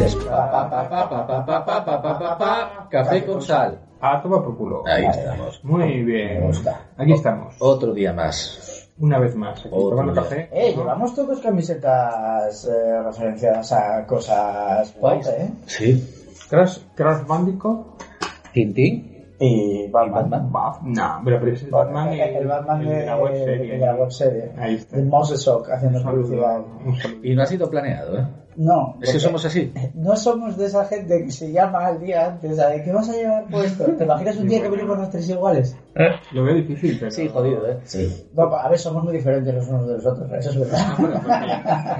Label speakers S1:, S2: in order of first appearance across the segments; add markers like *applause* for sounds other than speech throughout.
S1: pa, pa, pa, pa, pa, pa, pa, pa, pa, pa, pa, café con sal.
S2: A tomar Ah, por culo.
S1: Ahí
S3: Vale.
S1: estamos.
S2: Muy
S3: Me
S2: bien.
S3: gusta.
S2: Aquí estamos.
S1: Otro día más.
S2: Una vez más. Aquí
S1: Otro
S2: tomando
S1: día.
S2: café.
S3: Eh,
S2: ¿no?
S3: llevamos todos camisetas eh, referenciadas a cosas guays, ¿eh?
S1: Sí.
S2: Crash, Crash Bandicoot.
S1: Tintín.
S3: Y Batman.
S2: Baf. No, pero pero ese es Batman.
S3: el,
S2: el-
S3: el Batman
S2: el
S3: de,
S2: de la web serie.
S3: de la web serie.
S2: Ahí está.
S3: De Moses Sock haciendo
S2: Un saludo.
S3: publicidad.
S2: Un saludo.
S1: Y no ha sido planeado, ¿eh?
S3: No,
S1: Es que
S3: porque
S1: somos así.
S3: no somos de esa gente que se llama al día antes, ¿sabes? ¿Qué vas a llevar puesto? ¿Te imaginas un día que venimos los tres iguales?
S2: Lo veo difícil, pero.
S1: Sí, jodido, ¿eh? Sí.
S3: No, a ver, somos muy diferentes los unos de los otros, eso es
S2: Ah, *laughs*
S3: verdad.
S2: bueno,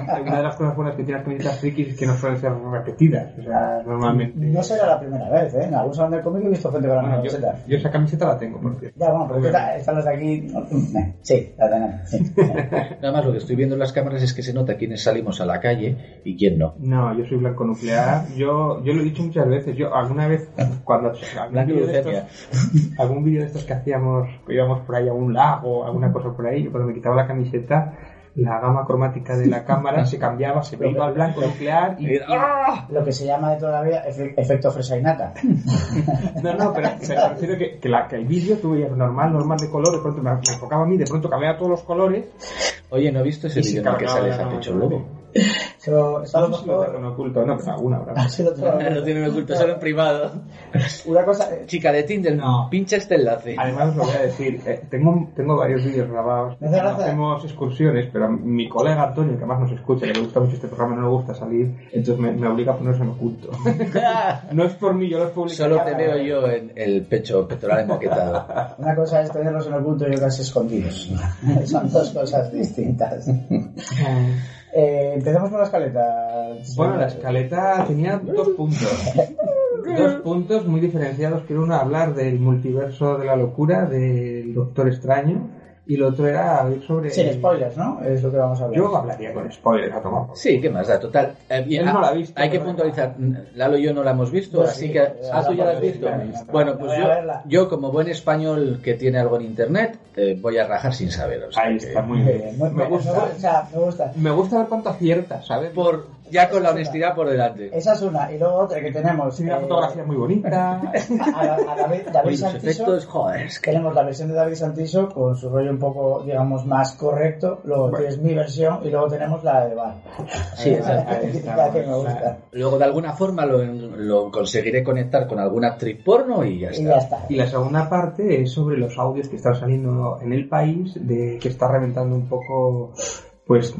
S2: porque Una de las cosas buenas que tiene las camisetas frikis es que no suelen ser repetidas. O sea, normalmente.
S3: No será la primera vez, ¿eh? En algún salón del cómic he visto gente con la misma
S2: Bueno, yo,
S3: camiseta.
S2: yo esa camiseta la tengo, por cierto.
S3: Ya, bueno, pero
S2: Obviamente.
S3: esta- están las de aquí. Sí, la tenemos. Sí.
S1: Nada más lo que estoy viendo en las cámaras es que se nota quiénes salimos a la calle y quién no.
S2: No, yo soy blanco nuclear. Yo, yo lo he dicho muchas veces. Yo alguna vez, cuando algún
S1: Blanco
S2: vídeo de,
S1: leucemia.
S2: estos- algún vídeo de estos que hacíamos, que íbamos por ahí a un lago, alguna cosa por ahí, yo cuando me quitaba la camiseta, la gama cromática de la cámara se cambiaba, se me iba al blanco nuclear y...
S1: ¡Ah!
S3: Lo que se llama de toda la vida efe- efecto fresa y
S2: *coughs*
S3: nata.
S2: No, no, pero se me refiero que, que, la- que el vídeo tú veías normal, normal de color, de pronto me, me enfocaba a mí, de pronto cambiaba todos los colores
S1: Oye, ¿no he visto ese
S2: y se
S1: vídeo en el que
S2: cargaba
S1: sale
S2: la
S1: esa
S2: gama
S1: pecho
S2: cromática.
S1: lobo?
S2: *laughs*
S3: Pero está a lo
S2: No sé si lo
S3: mejor-
S2: tengo en oculto, no, pero alguna habrá.
S3: sí lo *laughs* tengo.
S1: Lo tienen oculto, solo en privado.
S3: Una cosa, eh,
S1: Chica de Tinder,
S2: No.
S1: pincha este enlace.
S2: *laughs* Además os lo voy a decir, eh, tengo, tengo varios vídeos grabados,
S3: Me hace
S2: cuando
S3: gracia.
S2: hacemos excursiones, pero a mi colega Antonio, que más nos escucha, que le gusta mucho este programa, no le gusta salir, entonces me, me obliga a ponerse en oculto. no es por mí, yo los publico.
S1: Solo te veo yo en el pecho pectoral enmoquetado.
S3: una cosa es tenerlos en oculto y otra es
S2: *laughs*
S3: escondidos. Son dos cosas distintas. Eh, empezamos por las
S2: *laughs*
S3: caletas.
S2: Bueno, la escaleta tenía dos puntos. Dos puntos muy diferenciados, que era uno hablar del multiverso de la locura, del Doctor Extraño, y el otro era hablar sobre...
S3: Sin spoilers, ¿no? Es lo que vamos a hablar.
S2: Yo hablaría con spoilers, a tomar por
S1: Sí, ¿qué más da? Total. eh, bien,
S2: Él no
S1: ah,
S2: la ha visto,
S1: hay que
S2: ¿verdad?
S1: puntualizar. mm, Lalo y yo no la hemos visto,
S3: Pues
S1: así
S3: sí,
S1: que.
S3: eh,
S1: Ah,
S3: la
S1: tú ya la has
S3: voy a
S1: visto.
S3: ver, la voy a
S1: Bueno, pues yo,
S3: ver, la voy a verla.
S1: yo, como buen español que tiene algo en internet, eh, voy a rajar sin saber. o sea
S2: Ahí
S1: que-
S2: está, muy
S3: Muy
S2: bien.
S3: bien, muy-
S2: Me gusta.
S3: o sea, me gusta.
S2: Me gusta ver cuánto acierta, ¿sabes?
S1: Por, ya con la honestidad por delante.
S3: Esa es una. Y luego otra que tenemos.
S2: Sí, una
S3: eh,
S2: fotografía muy bonita.
S3: a, a David, David
S1: Oye, los
S3: Santiso.
S1: efectos, joder, es que-
S3: Tenemos la versión de David Santiso con su rollo un poco, digamos, más correcto. Luego
S2: Bueno.
S3: tienes mi versión y luego tenemos la de Bar.
S1: Sí, exacto.
S2: Ahí está,
S3: La que me
S2: bueno,
S3: gusta.
S1: Luego de alguna forma lo, lo conseguiré conectar con alguna actriz porno y ya
S3: Y ya
S1: está.
S3: está.
S2: Y la segunda parte es sobre los audios que están saliendo en el país, de que está reventando un poco pues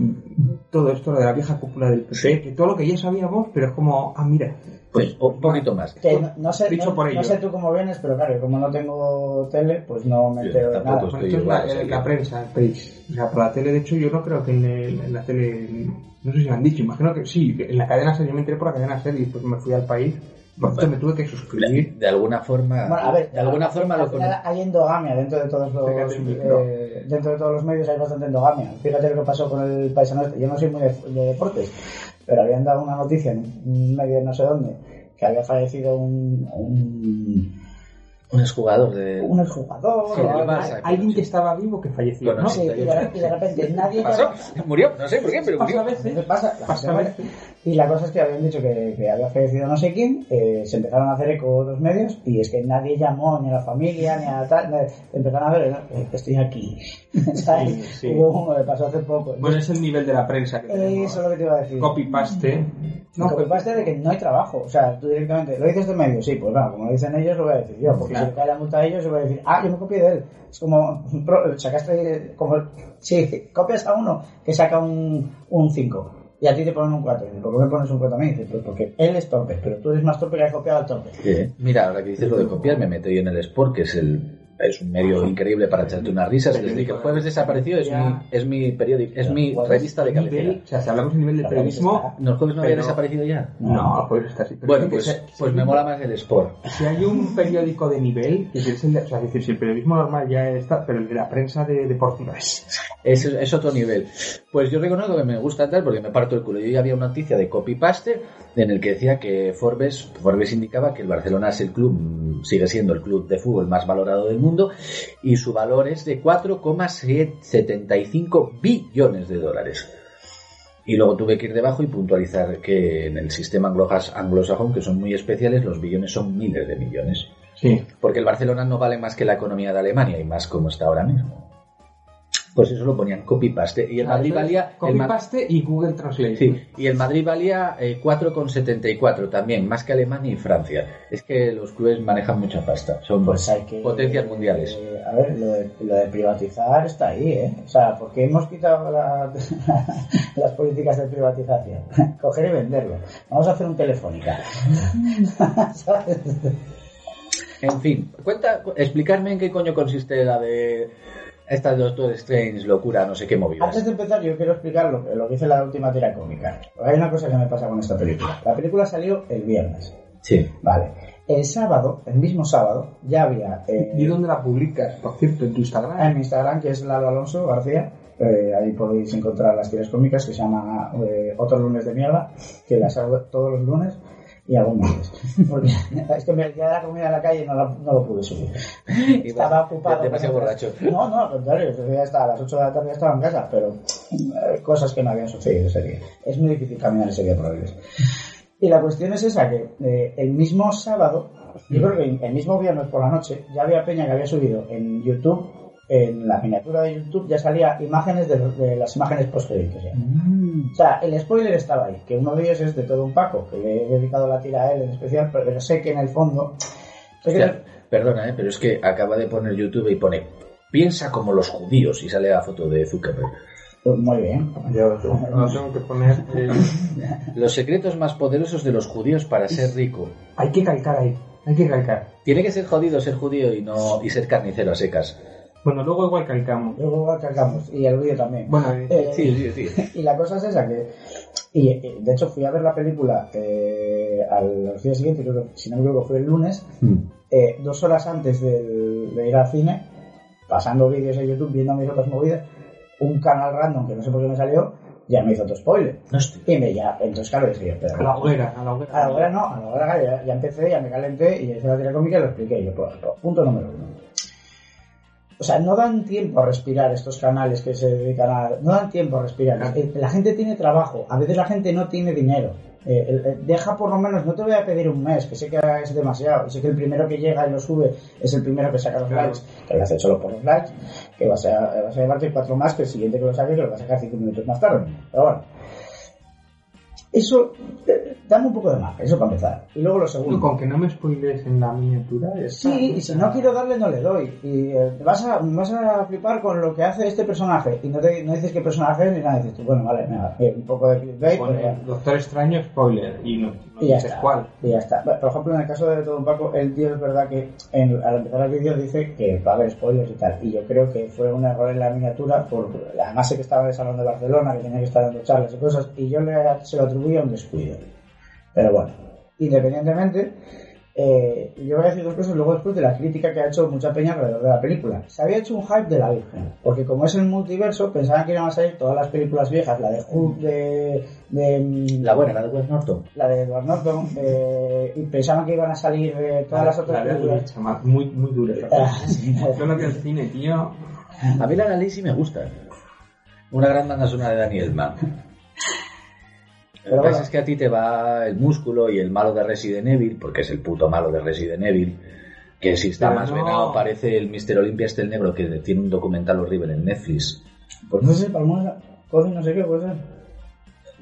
S2: todo esto de la vieja cúpula del PP,
S1: Sí.
S2: que todo lo que ya sabíamos, pero es como, ah, mira,
S1: Pues un poquito más.
S3: Que no, no sé,
S2: Dicho
S3: no,
S2: por
S3: no
S2: ellos.
S3: sé tú cómo vienes, pero claro, como no tengo tele, pues no me
S1: Yo
S3: entero de
S1: tampoco.
S3: nada.
S1: Pues
S2: Bueno,
S1: que
S2: esto es
S1: igual,
S2: la,
S1: sí,
S2: la
S1: claro.
S2: prensa, el país. O sea, por la tele, de hecho, yo no creo que en, el- en la tele, no sé si lo han dicho, imagino que sí, en la cadena serie, yo me enteré por la cadena serie, pues me fui al país, por tanto
S1: Bueno.
S2: me tuve que
S1: De,
S2: suscribir.
S1: de alguna forma,
S3: Bueno, a ver,
S1: de alguna
S3: al-
S1: forma
S3: al
S1: lo
S3: final
S1: conecto.
S3: hay endogamia dentro de todos los
S2: Fíjate el micro.
S3: eh, dentro de todos los medios hay bastante endogamia. Fíjate lo que pasó con el paisano este. Yo no soy muy de, de deportes, pero habían dado una noticia en un medio de no sé dónde que había fallecido un un,
S1: Un exjugador de...
S3: un exjugador
S1: Sí,
S3: o
S1: del
S3: algo.
S1: Barça.
S2: Alguien que estaba vivo que falleció,
S1: Con
S2: ¿no?
S3: Sí, y de, y de repente nadie *laughs*
S1: ¿Pasó? ¿Murió? No sé por qué, pero
S2: Pasó a
S1: murió.
S2: veces.
S3: Entonces pasa, la
S2: Pasa
S3: gente muere.
S2: veces.
S3: Y la cosa es que habían dicho que, que había fallecido no sé quién, eh, se empezaron a hacer eco otros medios y es que nadie llamó ni a la familia ni a tal, nadie- empezaron a ver, eh, estoy aquí. *laughs* ¿Sabes?
S2: Sí, sí.
S3: Hubo uno que pasó hace poco.
S2: Bueno, es el nivel de la prensa que tenemos.
S3: Eh, Eso es lo que te iba a decir.
S2: Copy-paste.
S3: Lo que pasa es de que no pues hay trabajo. O sea, tú directamente, ¿lo dices de medio? Sí, pues claro, como lo dicen ellos, lo voy a decir yo. Porque
S2: Claro.
S3: si le cae la multa a ellos, yo voy a decir, ah, yo me copié de él. Es como, *laughs* pro- sacaste, como, sí, *laughs* copias a uno que saca un 5 y a ti te ponen un 4. ¿Por qué me pones un 4 a mí? Dices, pues porque él es torpe, pero tú eres más torpe que has copiado al torpe.
S1: Eh, Mira, ahora que dices lo de copiar, me meto yo en el Sport, que es el es un
S2: Ah,
S1: medio increíble para echarte unas risas. Desde que el jueves desapareció es mi, es mi periódico, es mi revista de cabecera.
S2: Nivel- o sea, si hablamos de nivel de
S3: La
S2: periodismo...
S3: revista.
S1: ¿No el jueves no había
S2: Pero-
S1: desaparecido ya?
S2: No, pues está así. Pero
S1: Bueno,
S2: sí que
S1: pues,
S2: si-
S1: pues me mola más el Sport.
S2: Si hay un periódico de nivel, que es el de- o sea, es decir, si el periodismo normal ya está, pero el de la prensa de deportiva es...
S1: Es, es otro nivel. Pues yo reconozco que me gusta entrar porque me parto el culo. Yo ya había una noticia de copy-paste en el que decía que Forbes, Forbes indicaba que el Barcelona es el club, mm, sigue siendo el club de fútbol más valorado del mundo y su valor es de 4,75 billones de dólares. Y luego tuve que ir debajo y puntualizar que en el sistema anglojas- anglosajón, que son muy especiales, los billones son miles de millones.
S2: Sí.
S1: Porque el Barcelona no vale más que la economía de Alemania y más como está ahora mismo. Pues eso lo ponían copy-paste. Y el Madrid valía... el Ma-
S2: Copy-paste y Google Translate.
S1: Sí, y el Madrid valía eh, 4,74 también, más que Alemania y Francia. Es que los clubes manejan mucha pasta, son
S3: Pues hay que.
S1: potencias mundiales.
S3: eh, a ver, lo de, lo de privatizar está ahí, ¿eh? O sea, porque hemos quitado la- *laughs* las políticas de privatización. *laughs* Coger y venderlo. Vamos a hacer
S1: *laughs*
S3: un telefónica. ¿Sabes?
S1: En fin, cuenta, cu- explicarme en qué coño consiste la de estas Doctor Strange locura, no sé qué movidas.
S3: Antes de empezar, yo quiero explicar lo, que- lo que hice en la última tira cómica. Hay una cosa que me pasa con esta película. La película salió el viernes.
S1: Sí.
S3: Vale. El sábado, el mismo sábado, ya había. eh,
S2: ¿Y dónde la publicas? Por cierto, en tu Instagram.
S3: en mi Instagram, que es Lalo Alonso García. eh, ahí podéis encontrar las tiras cómicas que se llama eh, Otro lunes de mierda, que las hago todos los lunes y algún martes. *laughs* Porque es que me quedé la comida en la calle y no, la- no lo pude subir.
S1: Y
S3: Estaba
S1: bueno,
S3: ocupado.
S1: Demasiado
S3: con
S1: borracho.
S3: otras- No, no, al contrario. yo Ya estaba, a las 8 de la tarde ya estaba en casa, pero eh, cosas que me habían sucedido ese día. Es muy difícil caminar ese día por la iglesia. Y la cuestión es esa, que eh, el mismo sábado, yo creo que el mismo viernes por la noche, ya había Peña que había subido en YouTube, en la miniatura de YouTube, ya salía imágenes de, de las imágenes postcréditos ya.
S2: Mm.
S3: O sea, el spoiler estaba ahí, que uno de ellos es de todo un Paco, que le he dedicado la tira a él en especial, pero, pero sé que en el fondo... sé que en el-
S1: Hostia, perdona, ¿eh? pero es que acaba de poner YouTube y pone piensa como los judíos y sale la foto de Zuckerberg.
S3: Muy bien.
S2: Yo no tengo que poner. eh,
S1: Los secretos más poderosos de los judíos para ser rico.
S2: Hay que calcar ahí. Hay que calcar.
S1: Tiene que ser jodido ser judío y no y ser carnicero a secas.
S2: Bueno, luego igual calcamos.
S3: Luego cargamos, y el vídeo también.
S2: Bueno, eh,
S3: Eh,
S1: Sí, sí, sí.
S3: Y la cosa es esa que. Y, eh, de hecho, fui a ver la película eh, al día siguiente, creo que, si no me equivoco, fue el lunes,
S2: Mm.
S3: eh, dos horas antes del- de ir al cine, pasando vídeos en YouTube, viendo mis otras movidas, un canal random que no sé por qué me salió, ya me hizo otro spoiler.
S1: Hostia.
S3: Y me ya, entonces claro, dije yo,
S2: a
S3: pero.
S2: la hoguera, a la hoguera.
S3: A la hora no, Ah, a la hora ya, ya empecé, ya me calenté y ya hice la tira cómica y lo expliqué yo. Pues, pues, punto número uno. O sea, no dan tiempo a respirar estos canales que se dedican a... No dan tiempo a respirar. Eh, La gente tiene trabajo, a veces la gente no tiene dinero. Eh, el- el- deja por lo menos, no te voy a pedir un mes, que sé que es demasiado, y sé que el primero que llega y lo sube es el primero que saca los
S2: Claro.
S3: likes, que lo hace solo por los likes, que vas a, vas a llevarte cuatro más que el siguiente que lo saque, que lo va a sacar cinco minutos más tarde. Pero bueno, eso, eh, dame un poco de margen, eso para empezar. Y luego lo
S2: Tú,
S3: segundo.
S2: Con que no me spoilees en la miniatura. ya está.
S3: Sí, y si no quiero darle, no le doy. Y eh, vas, a, vas a flipar con lo que hace este personaje. Y no, te, no dices qué personaje es ni nada. Dices tú, bueno, vale, nada. eh, Un poco de clickbait,
S2: Con
S3: pues,
S2: el Doctor Extraño, spoiler. Y no, no
S3: Y ya
S2: dices
S3: está.
S2: cuál.
S3: y ya está. Por ejemplo, en el caso de Todo un Paco, el tío es verdad que en- al empezar el vídeo dice que va a haber spoilers y tal. Y yo creo que fue un error en la miniatura, por, además sé que estaba en el Salón de Barcelona, que tenía que estar dando charlas y cosas, y yo le, se lo atribuyo a un descuido. Pero bueno, independientemente, eh, yo voy a decir dos cosas luego después de la crítica que ha hecho mucha peña alrededor de la película. Se había hecho un hype de la Virgen, porque como es el multiverso, pensaban que iban a salir todas las películas viejas, la de Hulk, de... de, mm,
S1: La buena, la de Wes Norton.
S3: la de Edward Norton, eh, y pensaban que iban a salir eh, todas las otras
S2: La de dura,
S3: películas.
S2: chama- muy, muy dura.
S3: Ah, *laughs* sí.
S2: Yo lo que el cine, tío.
S1: A mí la análisis me gusta. Una gran banda sonora de Daniel Mann.
S3: Pero
S1: Lo que
S3: bueno.
S1: pasa es que a ti te va el músculo y el malo de Resident Evil, porque es el puto malo de Resident Evil, que si está
S2: Pero
S1: más
S2: no.
S1: venado parece el Mr. Olympia este el negro que tiene un documental horrible en Netflix.
S3: Pues no sé, Palmona, Cozy, no sé qué, pues, eh. puede ser.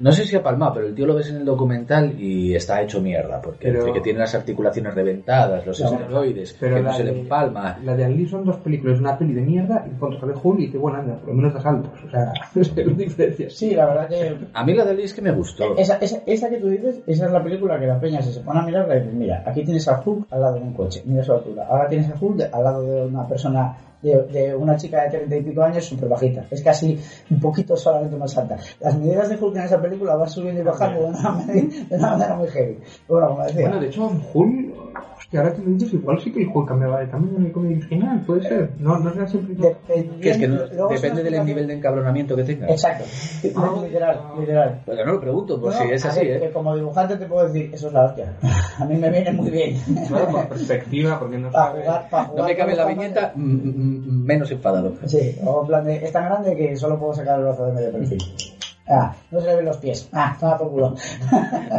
S1: No sé si ha palmado, pero el tío lo ves en el documental y está hecho mierda, porque
S2: Pero-
S1: dice que tiene las articulaciones reventadas, los
S2: No,
S1: esteroides,
S2: pero
S1: que no
S2: la
S1: se le
S2: de-
S1: empalma.
S2: La de Andy son dos películas, una peli de mierda y cuando sale Hulk y dice, bueno, anda, por lo menos da saltos. O sea, *laughs* no sé las diferencias.
S3: Sí, la verdad que
S1: A mí la de Lee es que me gustó.
S3: esa, esa, esa que tú dices, esa es la película que la peña si se pone a mirarla y dices, mira, aquí tienes a Hulk al lado de un coche, mira su altura. Ahora tienes a Hulk de- al lado de una persona, de, de una chica de treinta y pico años súper bajita. Es casi un poquito solamente más alta. Las medidas de Hulk en esa película van subiendo y bajando de una, manera- de una manera muy heavy. Bueno, como decía.
S2: Bueno, de hecho, Hulk, hostia, ahora que lo dices, igual sí que el Hulk cambiaba de tamaño en el cómic original, puede ser. No, no será siempre...
S3: Dependiendo-
S1: Que es que no-
S3: luego es una
S1: depende del
S3: explicación-
S1: nivel de encabronamiento que tengas.
S3: Exacto,
S2: Ah.
S3: literal, literal.
S1: Pero no lo pregunto, por
S3: No,
S1: si es
S3: a
S1: así,
S3: ver,
S1: ¿eh?
S3: que como dibujante te puedo decir, eso es la hostia. A mí me viene
S1: *laughs*
S3: muy bien.
S2: Claro, por perspectiva, porque no
S3: para
S2: sabe...
S3: jugar, para
S1: No
S3: jugar
S1: me cabe
S3: con
S1: en la
S3: los
S1: viñeta, mm, mm, mm, menos enfadado.
S3: tamaños. Sí, o en plan de, es tan grande que solo puedo sacar el brazo de medio perfil.
S1: Mm.
S3: Ah, no se le ven los pies. Ah, toma por culo.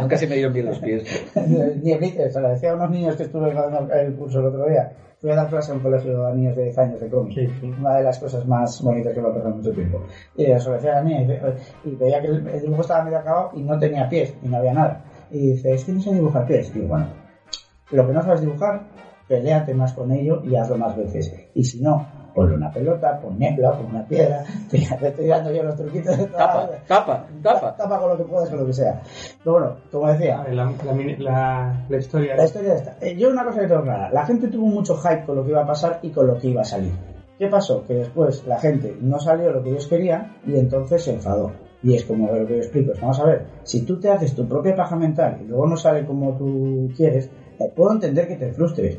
S1: Nunca se me dieron bien los pies.
S3: *laughs* Ni el bíceps, se lo decía a unos niños que estuve dando el curso el otro día. Fui a dar clase en un colegio a niños de 10 años de cómic.
S2: Sí, sí.
S3: Una de las cosas más bonitas que me ha pasado en mucho tiempo. Y se lo decía a la niña y dice- y veía que el el dibujo estaba medio acabado y no tenía pies y no había nada. Y dice, es que no sé dibujar pies. Y digo, bueno, lo que no sabes dibujar, peleate más con ello y hazlo más veces. Y si no, ponle una pelota, pon niebla, pon una piedra. *laughs* Fíjate, estoy dando yo los truquitos de toda la
S1: Tapa,
S3: vida.
S1: tapa, tapa.
S3: Tapa con lo que puedas, con lo que sea. Pero bueno, como decía,
S2: Ah, La, la mini- la- la historia.
S3: la historia está. Eh, Yo una cosa que tengo clara, la gente tuvo mucho hype con lo que iba a pasar y con lo que iba a salir. ¿Qué pasó? Que después la gente no salió lo que ellos querían y entonces se enfadó. Y es como lo que yo explico, es, vamos a ver, si tú te haces tu propia paja mental y luego no sale como tú quieres, eh, puedo entender que te frustres.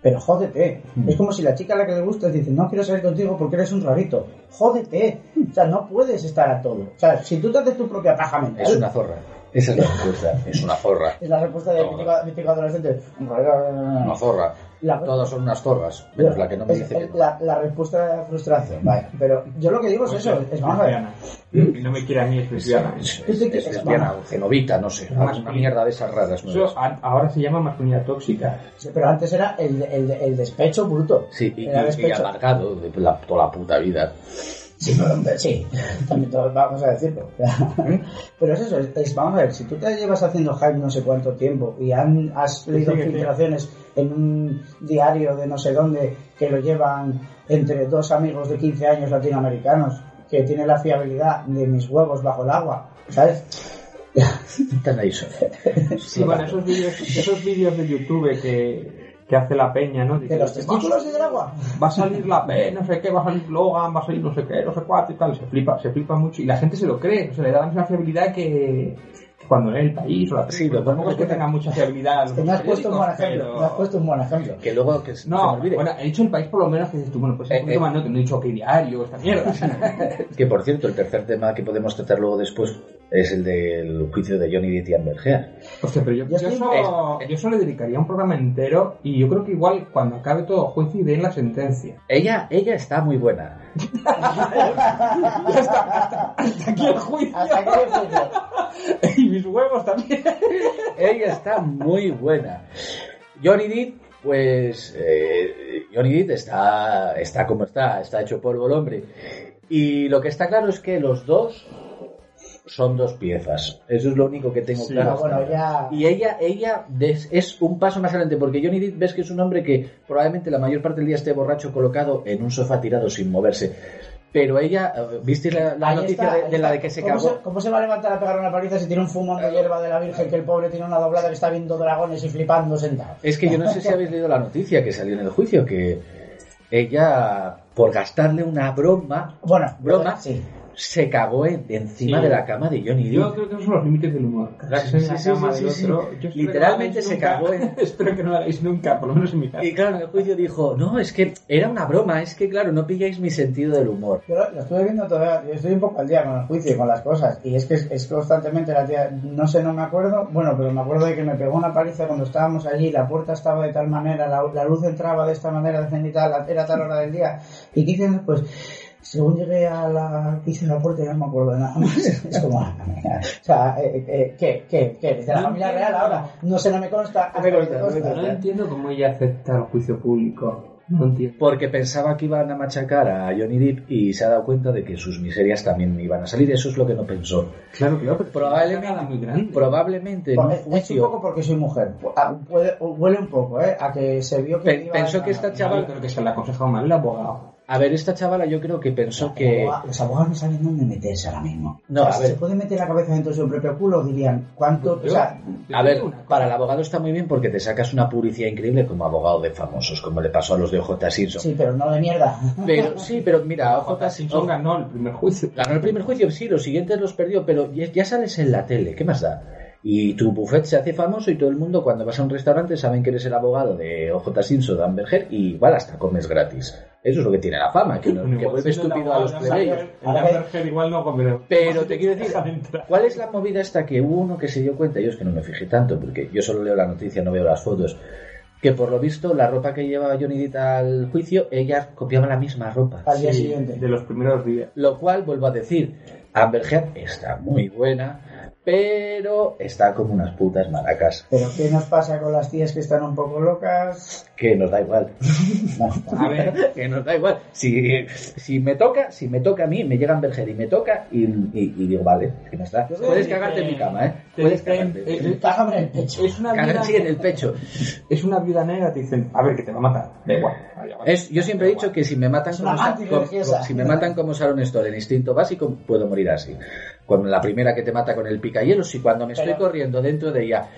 S3: Pero jódete.
S1: Mm.
S3: Es como si la chica a la que le gustas dice, no quiero salir contigo porque eres un rarito. Jódete. O sea, no puedes estar a todo. O sea, si tú te haces tu propia paja mental...
S1: Es una zorra. Esa es la respuesta. Es una zorra.
S3: Es la respuesta de
S1: Todo.
S3: mítico, mítico adolescente.
S1: Una zorra.
S3: La-
S1: Todas son unas zorras. Menos la que no me
S3: es-
S1: dice
S3: es
S1: que no.
S3: la, la respuesta de la frustración, vale. Pero yo lo que digo es
S2: Pues
S3: eso,
S2: es
S3: es vamos a ver.
S2: cristiana. Y no me quiere a mí es cristiana.
S1: Es, es- es lesbiana o cenovita, no sé. Una mierda de esas raras. nuevas.
S2: Eso a- ahora se llama masculinidad tóxica.
S3: Sí, Pero antes era el, el, el despecho bruto.
S1: Sí, y,
S3: Era
S1: y- y
S3: despecho.
S1: amargado de la- toda la puta vida.
S3: Sí, pero- sí, *laughs* también todos vamos a decirlo. *laughs* Pero es eso, es, es- vamos a ver, si tú te llevas haciendo hype no sé cuánto tiempo y han- has leído
S2: sí, que sí.
S3: filtraciones en un diario de no sé dónde que lo llevan entre dos amigos de 15 años latinoamericanos que tiene la fiabilidad de mis huevos bajo el agua, ¿sabes?
S1: Están ahí solas.
S2: Sí, bueno, esos vídeos esos vídeos de YouTube que, que hace la peña, ¿no?
S3: De los testículos y del agua.
S2: va a salir la P, no sé qué, va a salir Logan, va a salir no sé qué, no sé cuánto y tal. Se flipa, se flipa mucho. Y la gente se lo cree, o sea, le da la misma fiabilidad que, que cuando lee el país o la
S1: Sí, lo
S2: película. tampoco es que
S1: pongo-
S2: tenga mucha fiabilidad.
S3: Te me has puesto un buen ejemplo,
S2: pero-
S3: me has puesto un buen ejemplo.
S1: Que luego que se- se
S2: No,
S1: me olvide.
S2: bueno, he dicho el país por lo menos que dices tú, bueno, pues
S1: Eh,
S2: es un poquito
S1: eh.
S2: más, no, que no he dicho que diario,
S1: *laughs*
S2: esta mierda.
S1: Que por cierto, el tercer tema que podemos tratar luego después es el del juicio de Johnny Depp y Amber Heard.
S2: Hostia, pero yo,
S3: Yo
S2: yo,
S3: estoy-
S2: eso, yo eso le dedicaría un programa entero y yo creo que igual cuando acabe todo juicio y den la sentencia.
S1: Ella, ella está muy buena.
S2: Ya está, hasta, *laughs* hasta aquí el juicio.
S3: Hasta aquí el
S2: *laughs*
S3: juicio.
S2: y mis huevos también.
S1: Ella está muy buena. Johnny Depp, pues eh, Johnny Depp está, está como está, está hecho polvo el hombre. Y lo que está claro es que los dos son dos piezas. Eso es lo único que tengo
S2: Sí,
S1: claro.
S3: Pero bueno, ya...
S1: Y ella, ella des- es un paso más adelante, porque Johnny Depp ves que es un hombre que probablemente la mayor parte del día esté borracho colocado en un sofá tirado sin moverse. Pero ella, eh, ¿viste la, la
S3: Ahí
S1: noticia
S3: está,
S1: de,
S3: ahí
S1: de la
S3: está.
S1: de que se
S3: ¿Cómo
S1: cagó?
S3: Se, ¿Cómo se va a levantar a pegar una paliza si tiene un fumón de hierba de la Virgen que el pobre tiene una doblada que está viendo dragones y flipando sentado?
S1: Es que yo no sé si habéis leído la noticia que salió en el juicio, que ella, por gastarle una broma,
S3: Bueno,
S1: Broma.
S3: Sí.
S1: se cagó en- encima
S2: Sí.
S1: de la cama de Johnny
S2: Yo
S1: Depp.
S2: creo que esos son los límites del humor. Cagarse en la
S1: Sí, sí,
S2: cama
S1: sí,
S2: del
S1: sí,
S2: otro.
S1: sí.
S2: Yo espero que
S1: Literalmente
S2: no
S1: se
S2: lo hagáis
S1: cagó
S2: *laughs* nunca.
S1: en-
S2: Espero que no lo hagáis nunca, por lo menos en mi casa.
S1: Y claro, en el juicio dijo, no, es que era una broma, es que claro, no pilláis mi sentido del humor.
S3: Yo lo, lo estuve viendo todavía, yo estoy un poco al día con el juicio y con las cosas, y es que es, es constantemente la tía, no sé, no me acuerdo, bueno, pero me acuerdo de que me pegó una paliza cuando estábamos allí, la puerta estaba de tal manera, la, la luz entraba de esta manera, de cenital, la- era tal hora del día, y 15 años después, según llegué a la, hice la puerta ya no me acuerdo de nada más, *laughs* es como, ah, o sea, eh, eh, ¿qué, qué, qué, desde
S2: No
S3: la familia
S2: entiendo.
S3: real ahora, no sé, no me consta,
S1: No me
S3: hasta que
S1: consta,
S3: te
S1: no me
S2: No
S1: consta.
S2: entiendo cómo ella acepta el juicio público. No entiendo.
S1: porque pensaba que iban a machacar a Johnny Depp y se ha dado cuenta de que sus miserias también iban a salir. Eso es lo que no pensó.
S2: Claro, claro, pero
S1: Probablemente-
S2: es una cagada muy grande.
S1: Probablemente en un
S3: Es- Es un poco
S1: juicio
S3: porque soy mujer. Ah, Huele, huele un poco, ¿eh? A que se vio que.
S1: Pe-
S3: iba
S1: pensó
S3: a-
S1: que esta
S2: No,
S1: chaval-
S2: yo creo que se le ha aconsejado mal el abogado.
S1: A ver, esta chavala yo creo que pensó
S3: Los
S1: que...
S3: abogados- Los abogados no saben dónde meterse ahora mismo.
S1: No,
S3: O sea,
S1: a
S3: si
S1: ver.
S3: se puede meter la cabeza dentro de su propio culo, dirían, ¿cuánto? O sea,
S1: A ver, para el abogado está muy bien porque te sacas una publicidad increíble como abogado de famosos, como le pasó a los de OJ Simpson.
S3: sí, pero no de mierda. *laughs*
S1: Pero sí, pero mira, OJ
S2: J. Simpson
S1: Simpson
S2: ganó el primer juicio.
S1: ganó el primer juicio, sí, los siguientes los perdió, pero ya ya sales en la tele, ¿qué más da? Y tu buffet se hace famoso y todo el mundo cuando vas a un restaurante saben que eres el abogado de OJ Simpson, de Amber Heard y igual hasta comes gratis. Eso es lo que tiene la fama, que, lo- que
S2: Igual
S1: vuelve
S2: siendo el
S1: estúpido a los
S2: abogado de
S1: plebeyos.
S2: Amber- el Amber Heard igual no comió. *laughs*
S1: Pero te quiero decir,
S2: Deja de entrar.
S1: ¿cuál es la movida hasta que hubo uno que se dio cuenta? Yo es que no me fijé tanto, porque yo solo leo la noticia, no veo las fotos. Que por lo visto, la ropa que llevaba Johnny Depp al juicio, ella copiaba la misma ropa.
S3: Al día
S2: Sí,
S3: siguiente.
S2: De los primeros días.
S1: Lo cual, vuelvo a decir, Amber Heard está muy buena, pero está como unas putas maracas,
S3: Pero ¿qué nos pasa con las tías que están un poco locas?
S1: que nos da
S3: *laughs*
S1: igual.
S2: A ver,
S1: que nos da igual. Si, si me toca, si me toca a mí, me llega Amber Heard y me toca y, y- y digo, vale, es que no está.
S3: Yo creo
S1: Puedes
S2: que
S1: cagarte en
S2: te-
S1: mi cama, ¿eh?
S2: te
S1: Puedes
S2: dicen-
S1: cagarte.
S2: eh, eh,
S3: Cágame en el pecho.
S2: es una viuda,
S1: Cagarse en el pecho.
S2: es una viuda negra, te dicen, a ver, que te va a matar. Da igual. vaya, vaya.
S1: Es- yo siempre he dicho que si me matan
S3: Es
S1: como,
S3: una
S1: Sa-
S3: antirreligiosa.
S1: como- si me matan como Sharon Stone en instinto básico, puedo morir así. Con la primera que te mata con el picayelos y cuando me estoy
S3: Pero-
S1: corriendo dentro de ella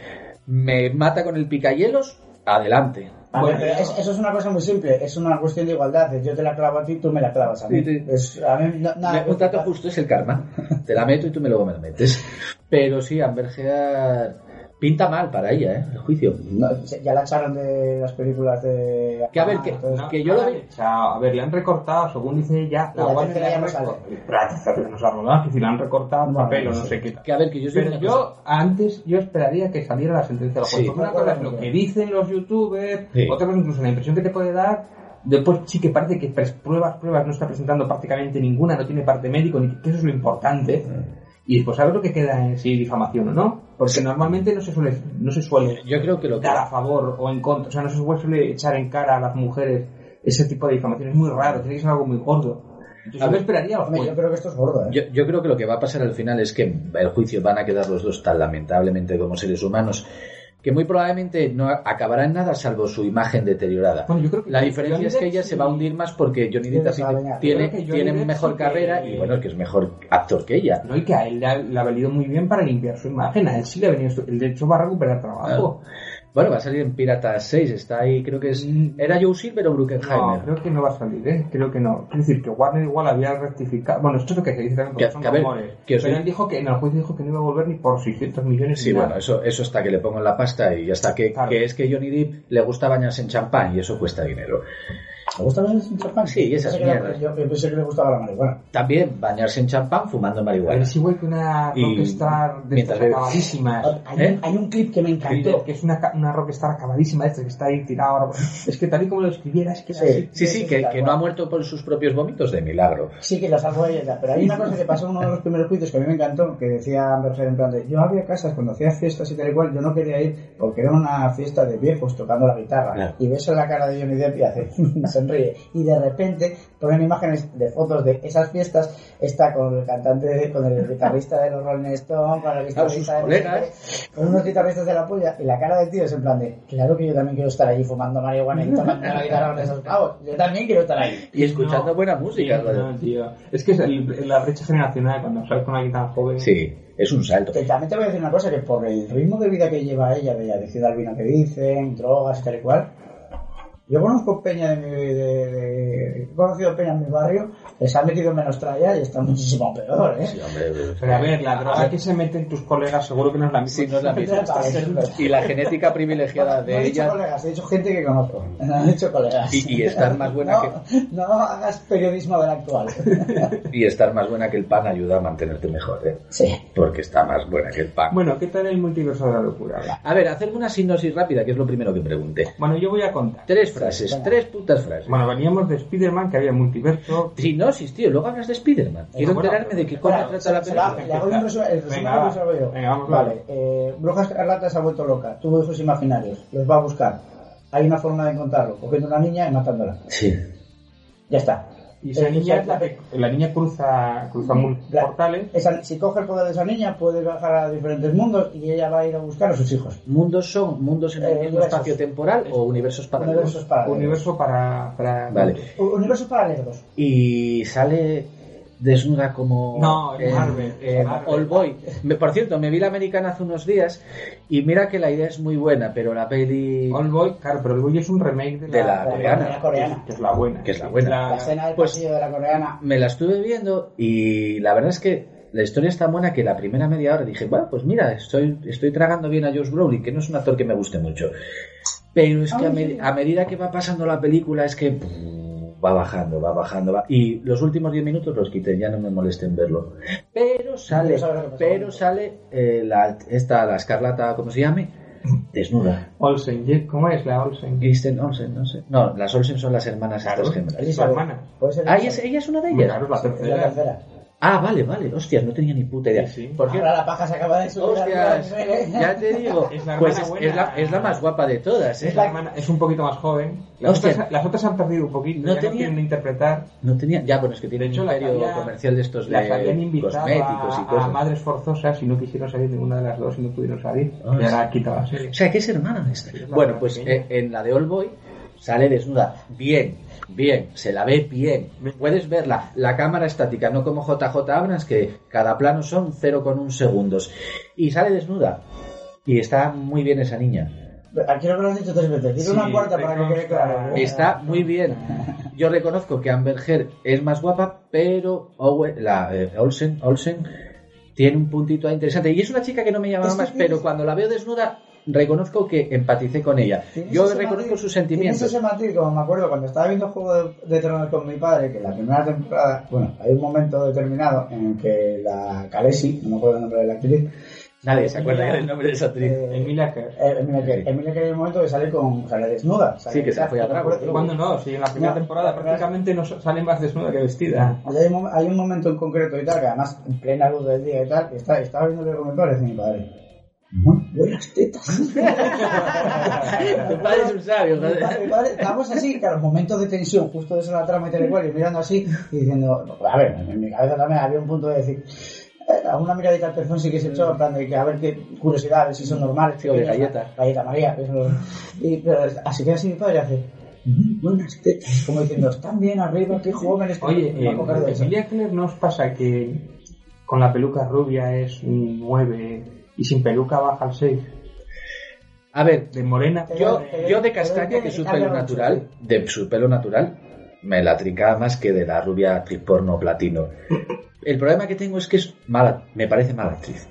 S1: me mata con el picayelos, adelante.
S3: A ver,
S2: Bueno,
S3: pero es- eso es una cosa muy simple, es una cuestión de igualdad. de Yo te la clavo a ti, tú me la clavas a mí.
S1: Sí, sí.
S3: Es- a mí no- nada, pues,
S1: un trato justo es el karma. *laughs* Te la meto y tú me luego me la metes. Pero sí, Amber Heard pinta mal para ella, ¿eh? El juicio.
S3: no, se- ya la echaron de las películas de.
S1: Que a ver,
S3: Ah,
S1: que-
S3: entonces-
S2: No,
S1: que yo
S2: no
S1: lo
S2: la
S1: vi-
S2: han echado. A ver, le han recortado, según dice ella, la
S3: La
S2: guardia
S3: tercera
S2: le
S3: ya
S2: han
S3: no sale.
S2: recortado. Espera, no se ha rodado, que si le han recortado un
S3: Bueno,
S2: papel o no
S3: sí.
S2: sé qué tal.
S1: Que a ver, que yo soy
S2: Pero
S1: una
S2: yo antes yo esperaría que saliera la sentencia del juez.
S1: Sí.
S2: Porque una cosa es lo que dicen los youtubers,
S1: Sí.
S2: otra cosa incluso la impresión que te puede dar. Después sí que parece que pres- pruebas, pruebas no está presentando prácticamente ninguna, no tiene parte médico, ni que eso es lo importante. Y después a ver lo que queda en si difamación o no. Porque normalmente no se suele, no se suele
S1: Yo creo que lo que
S2: dar a favor o en contra. O sea, no se suele echar en cara a las mujeres ese tipo de difamación. Es muy raro, tiene que ser algo muy gordo. Entonces,
S1: A
S2: yo
S1: ver,
S2: esperaría a los
S3: Hombre, yo
S2: jueces.
S3: creo que esto es gordo, ¿eh?
S1: Yo, yo creo que lo que va a pasar al final es que el juicio van a quedar los dos tan lamentablemente como seres humanos que muy probablemente no acabará en nada salvo su imagen deteriorada.
S2: Bueno, yo creo que
S1: La
S2: Johnny
S1: diferencia es
S2: Depp
S1: que ella
S2: sí-
S1: se va a hundir más porque Johnny Depp
S3: Sí,
S1: así
S3: esa veña.
S1: tiene,
S2: Yo creo que Johnny
S1: tiene
S2: Depp
S1: mejor
S2: sí que-
S1: carrera y bueno, es que es mejor actor que ella.
S2: No, y que a él le ha, le ha valido muy bien para limpiar su imagen. A él sí le ha venido. su- él, De hecho, va a recuperar trabajo.
S1: Ah, Bueno, va a salir en Piratas 6, está ahí, creo que es...
S2: Mm.
S1: ¿Era Joe Silver o Bruckenheimer?
S2: No, creo que no va a salir, ¿eh? Creo que no. Es decir, que Warner igual había rectificado. Bueno, esto es lo que se dice también porque
S1: Que-
S2: son
S1: que a ver,
S2: rumores.
S1: que os
S2: Pero
S1: digo-
S2: él dijo que en el juicio dijo que no iba a volver ni por 600 millones.
S1: Sí,
S2: ni nada.
S1: bueno, eso, eso está que le pongo en la pasta y ya está. Que,
S2: Claro.
S1: que es que Johnny Depp le gusta bañarse en champán y eso cuesta dinero.
S3: ¿Te gusta ver el champán?
S1: Sí, esas
S3: Pensé que le-
S1: mierdas.
S3: Yo yo pensé que le gustaba la marihuana.
S1: También bañarse en champán fumando marihuana.
S2: Es igual que una
S1: Y-
S2: rockstar de
S1: mientras
S2: estas
S1: bebe.
S2: acabadísimas.
S3: Hay,
S1: ¿Eh?
S3: hay un clip que me encantó.
S2: que es una, ca- una rockstar acabadísima de estas que está ahí tirada ahora. Es que tal y como lo escribieras, que era
S3: Sí.
S2: así.
S1: Sí, sí, que, que no ha muerto por sus propios vómitos de milagro.
S3: Sí, que la salvó a ella, pero hay una cosa que pasó en uno de los primeros juicios que a mí me encantó, que decía Amber Heard en plan de, yo había casas cuando hacía fiestas y tal y cual, yo no quería ir porque era una fiesta de viejos tocando la guitarra,
S1: Claro.
S3: y ves en la cara de Johnny Depp y hace, *laughs* sonríe, y de repente ponen imágenes de fotos de esas fiestas, está con el cantante, con el guitarrista de los Rolling Stones, con el guitarrista de...
S1: sus colegas.
S3: Con unos guitarristas de la polla, y la cara del tío es en plan de, claro que yo también quiero estar allí fumando marihuana y tocando la guitarra con esos pavos, yo también quiero estar ahí.
S1: Y escuchando
S2: No.
S1: buena música.
S2: Sí, no, tío. Es que es el- la brecha generacional cuando sales con alguien tan joven.
S1: Sí, es un salto.
S3: Que también te voy a decir una cosa, que por el ritmo de vida que lleva ella, de adicción al vino que dicen, drogas y tal y cual, yo conozco Peña de mi... de- de- he conocido Peña en mi barrio, les han metido menos tralla y está muchísimo peor, ¿eh?
S1: Sí, hombre, pues-
S2: Pero a ver, la droga
S1: ver.
S2: que se meten tus colegas seguro que no es la misma.
S1: Sí, no es la misma. Y la genética privilegiada
S3: no
S1: de
S3: he dicho
S1: ella.
S3: colegas, he dicho gente que conozco. *laughs* No he dicho colegas.
S1: Y, y estar más buena
S3: no, no hagas periodismo
S1: *laughs*
S3: del actual.
S1: que y estar más buena que el pan ayuda a mantenerte mejor, ¿eh?
S3: sí.
S1: porque está más buena que el pan.
S2: Bueno, ¿qué tal el multiverso de la locura?
S1: A ver, hacerme una sinopsis rápida, que es lo primero que pregunté.
S2: Bueno, yo voy a contar.
S1: Tres frases,
S3: venga.
S1: tres putas frases.
S2: Bueno, veníamos de Spider-Man, que había multiverso.
S1: Sinopsis, tío, luego hablas de Spiderman. Quiero
S2: bueno,
S1: enterarme de qué
S3: Bueno,
S1: coño trata la
S3: se- se la-
S1: película.
S3: le hago un resumen- el resumen
S2: Venga,
S3: lo
S2: va.
S3: resuelvo yo.
S2: Venga, vamos,
S3: Vale, eh, Bruja Escarlata se ha vuelto loca, tuvo hijos imaginarios, los va a buscar. Hay una forma de encontrarlo, cogiendo una niña y matándola.
S1: Sí.
S3: Ya está.
S2: Y esa
S3: Eh,
S2: niña
S3: esa-
S2: es la que- la niña cruza, cruza mul-
S3: La-
S2: portales.
S3: esa- si coge el poder de esa niña, puede bajar a diferentes mundos y ella va a ir a buscar a sus hijos.
S1: ¿Mundos son mundos en
S3: Eh,
S1: el mismo
S3: universos.
S1: espacio temporal o universos
S3: Universos
S1: paralelos?
S3: paralelos.
S2: Universo para. para-
S1: Vale.
S3: U- Universos paralelos.
S1: y sale desnuda como
S2: No, en
S1: en-
S2: Marvel,
S1: en
S2: Marvel.
S1: All Boy. Me- por cierto, me vi la americana hace unos días y mira que la idea es muy buena, pero la peli
S2: All Boy, claro, pero All Boy es un remake de la,
S1: De la coreana.
S3: De la coreana.
S2: Que es la buena.
S1: Que es la buena.
S3: La escena del
S1: Pues-
S3: pasillo de la coreana.
S1: me la estuve viendo y la verdad es que la historia es tan buena que la primera media hora dije, bueno, pues mira, estoy, estoy tragando bien a Josh Brolin, que no es un actor que me guste mucho. Pero es que a, me- a medida que va pasando la película es que pff, va bajando, va bajando, va. Y los últimos 10 minutos los quité, ya no me molesten verlo. Pero sale,
S3: Quiero saber lo que pasa.
S1: pero sale eh, la, esta, la escarlata, ¿cómo se llame? Desnuda.
S2: Olsen, ¿y- ¿cómo es la Olsen?
S1: Kristen Olsen, no sé. No, las Olsen son las hermanas
S2: Claro.
S1: estas gemelas.
S2: su hermana.
S3: Puede ser
S1: Ah, ella es, ella es una de ellas.
S2: Claro, es la
S3: Es la
S2: tercera.
S3: tercera.
S1: Ah, vale, vale. Hostias, no tenía ni puta idea.
S2: Sí, sí.
S1: Por cierto,
S3: Ahora la paja se acaba de subir. al
S1: hostias,
S3: nivel, ¿eh?
S1: ya te digo.
S2: *laughs* Es la
S1: Pues
S2: hermana
S1: es,
S2: buena.
S1: es la, es la más guapa de todas, ¿eh?
S2: Es, la hermana- es un poquito más joven. Las
S1: Hostia.
S2: otras, las otras han perdido un poquito,
S1: No
S2: ya
S1: tenía-
S2: no quieren interpretar.
S1: No tenía... Ya, bueno, es que tiene
S2: De hecho,
S1: un
S2: la
S1: imperio
S2: había-
S1: comercial de estos
S2: Las habían
S1: de
S2: invitado
S1: cosméticos
S2: a,
S1: y cosas.
S2: a madres forzosas y no quisieron salir ninguna de las dos y no pudieron salir.
S1: Ah,
S2: y ahora
S1: sí.
S2: han quitado la serie.
S1: O sea, que es hermana esta.
S2: Es la
S1: Bueno,
S2: más
S1: pues
S2: pequeña.
S1: eh, en la de All Boy sale desnuda. Bien, bien, se la ve bien. Puedes verla. La cámara estática, no como JJ Abrams, que cada plano son 0,1 segundos. Y sale desnuda. Y está muy bien esa niña.
S3: Quiero que lo has dicho tres veces. Dile
S2: Sí,
S3: una cuarta
S2: te
S3: para que quede
S2: consta.
S3: claro. ¿eh?
S1: Está muy bien. Yo reconozco que Amber Heard es más guapa, pero Owen- la, eh, Olsen, Olsen tiene un puntito ahí interesante. Y es una chica que no me llamaba
S3: Es que
S1: más,
S3: tienes-
S1: pero cuando la veo desnuda, reconozco que empaticé con ella.
S3: Tienes
S1: Yo
S3: ese
S1: reconozco
S3: matiz-
S1: sus
S3: Tienes
S1: sentimientos.
S3: ese matiz, como me acuerdo cuando estaba viendo Juego de, de Tronos con mi padre, que la primera temporada, bueno, hay un momento determinado en el que la Khaleesi, no me acuerdo el nombre de la actriz,
S1: Nadie se acuerda ya del nombre de esa actriz.
S3: eh,
S2: Emilia Kerr.
S3: eh, Emilia Clarke. Emilia Clarke hay un momento que sale con, sale desnuda. sale
S1: Sí, que se
S3: desnuda,
S1: fue a
S3: no me
S1: Drago,
S3: acuerdo.
S2: ¿Cuándo no? Si en la primera
S3: No,
S2: temporada
S3: la verdad-
S2: prácticamente no sa- sale más desnuda que vestida.
S3: O sea, Ah, hay, un, mom- hay un momento en concreto y tal, que además en plena luz del día y tal, que está, estaba viendo con mi padre y mi padre. "Muy Buenas tetas.
S1: Tu padre es un sabio,
S3: *laughs* Mi
S1: joder.
S3: padre- mi padre- Estamos así, que a los momentos de tensión, justo de eso la trama y tal y cual, y mirando así, y diciendo, a ver, en mi cabeza también había un punto de decir, eh, a una miradita al perfil sí que se echó, en plan de que a ver qué curiosidad, a ver si
S2: Mm,
S3: son normales,
S1: Sí, o de
S3: pequeñas,
S1: galleta.
S3: Galleta María, que eso- y, pero, así que así mi padre hace, "Mm, buenas tetas, como diciendo, están bien arriba, qué jóvenes, que
S2: *laughs* Oye,
S3: me va a
S2: eh,
S3: coger de eso".
S2: Emilia Clarke ¿no os pasa que con la peluca rubia es un 9 y sin peluca baja al 6?
S1: A ver,
S2: De morena.
S1: yo,
S3: Pero-
S1: yo de
S3: pero
S1: castaña,
S3: tiene
S1: que
S3: que
S1: su
S3: cambiar
S1: pelo
S3: mucho,
S1: natural, de su pelo natural, me la trincaba más que de la rubia actriz porno platino. El problema que tengo es que es mala, me parece mala actriz.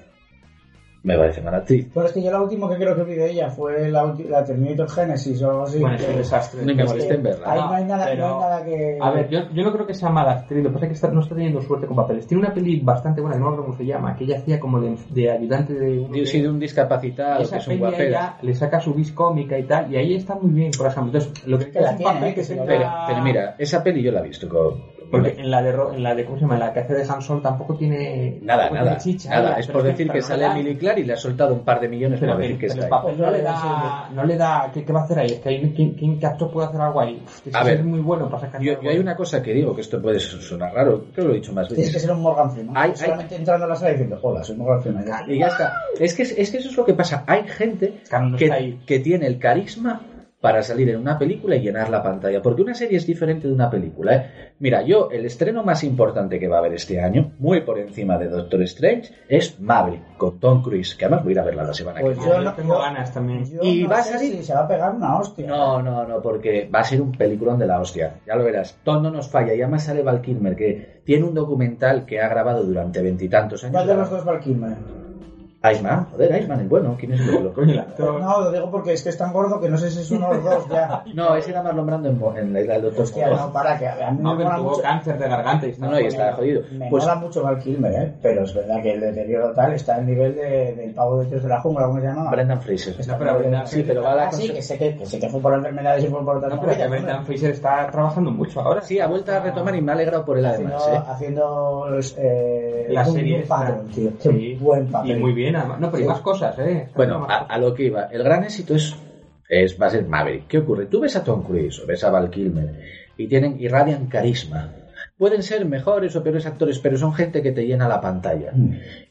S1: Me parece mala actriz.
S3: Pero es que yo la última que creo que vi de ella fue la, ulti- la Terminator Genesis o algo así.
S2: Bueno, es
S3: que-
S2: un desastre. Este,
S1: Ni me
S3: que
S1: molesté en verla.
S3: Ahí no hay nada,
S2: Pero-
S3: no hay nada que...
S2: A ver, yo, yo no creo que sea mala actriz, lo que pasa es que está- no está teniendo suerte con papeles. Tiene una peli bastante buena, que no me acuerdo cómo se llama, que ella hacía como de, de ayudante de... uno
S1: Yo he
S2: que-
S1: sido un discapacitado, que
S2: esa
S1: es un
S2: peli
S1: guapero.
S2: ella le saca su bis cómica y tal, y ahí está muy bien, por ejemplo. Entonces, lo que
S3: Que la
S2: es un
S3: tiene,
S2: papel
S3: ¿eh?
S2: que
S3: Que
S2: se
S3: la-
S1: Pero, pero mira, esa peli yo la he visto con...
S2: Porque en la de, Ro- en la de ¿cómo se llama? En la que hace de Hansol tampoco tiene...
S1: Nada,
S2: tampoco tiene
S1: nada,
S2: chicha,
S1: nada.
S2: ¿eh?
S1: Es
S2: Pero
S1: por
S2: que-
S1: decir
S2: pero
S1: que
S2: no
S1: sale
S2: la-
S1: Emily Clark y le ha soltado un par de millones
S2: Pero
S1: para
S2: que-
S1: decir que
S2: pero
S1: está
S2: el
S1: ahí.
S2: papel no le da... No le da ¿qué, qué va a hacer ahí? Es que ahí ¿quién, quién, qué actor puede hacer algo ahí? Es que
S1: A
S2: sí
S1: ver,
S2: es muy bueno para sacar
S1: Yo,
S2: algo
S1: yo hay
S2: ahí.
S1: una cosa que digo, que esto puede sonar raro, creo que lo he dicho más
S3: Tienes
S1: veces.
S3: que ser un Morgan Freeman.
S1: Ay, ay.
S3: Solamente entrando a la sala diciendo, hola, soy Morgan Freeman. Ya.
S1: Y ya está. Es que, es que eso es lo que pasa. Hay gente
S2: Claro, no está
S1: que,
S2: ahí.
S1: que tiene el carisma para salir en una película y llenar la pantalla. Porque una serie es diferente de una película. ¿eh? Mira, yo, el estreno más importante que va a haber este año, muy por encima de Doctor Strange, es Maverick, con Tom Cruise, que además voy a ir a verla la semana que
S3: Pues
S1: viene.
S2: Yo,
S3: Yo no-
S2: tengo
S3: yo-
S2: ganas también.
S3: Yo
S1: Y
S3: no
S1: va a
S3: sé
S1: salir-
S3: si se va a pegar una hostia.
S1: No, no, no, porque va a ser un peliculón de la hostia. Ya lo verás. Todo no nos falla. Y además sale Val Kilmer, que tiene un documental que ha grabado durante veintitantos años.
S3: ¿Cuál de los dos va al Kilmer?
S1: Aisman, joder, Aisman el bueno. ¿Quién es el
S3: *laughs*
S1: loco?
S2: Coño, el actor.
S3: No, lo digo porque es que es tan gordo que no sé si es uno o los
S1: *laughs*
S3: dos ya.
S1: No, ese era Marlon Brando en, Mo- en la isla del Doctor
S3: Hostia, no, para que a mí
S2: No,
S3: me
S2: pero
S3: mola
S2: tuvo
S3: mucho.
S2: cáncer de garganta y está
S1: No, no, y está jodido.
S3: Me
S1: Pues
S3: mola mucho Val Kilmer, ¿eh? pero es verdad que el deterioro tal está al nivel de, del pavo de Dios de la jungla, ¿cómo se llamaba?
S1: Brendan Fraser.
S2: No, pero Brendan
S1: Sí, pero va a la
S3: Ah, sí,
S1: cosa-
S3: que sé que, que sé que fue por enfermedades y fue por otras
S2: No, pero que
S3: movidas,
S2: Brendan
S3: ¿no?
S2: Fraser está trabajando mucho ahora.
S1: Sí, ha vuelto a retomar y me ha alegrado por él
S3: haciendo,
S1: además. ¿eh?
S3: haciendo los, eh,
S2: la
S3: un
S2: serie
S3: buen papel,
S2: está-
S3: tío. Qué
S2: Sí.
S3: buen papel.
S2: Y muy bien, además. No, pero hay más cosas, ¿eh? Está
S1: Bueno,
S2: haciendo
S1: a,
S2: más
S1: a lo que iba. El gran éxito es, es va a ser Maverick. ¿Qué ocurre? Tú ves a Tom Cruise o ves a Val Kilmer y tienen irradian carisma. Pueden ser mejores o peores actores, pero son gente que te llena la pantalla.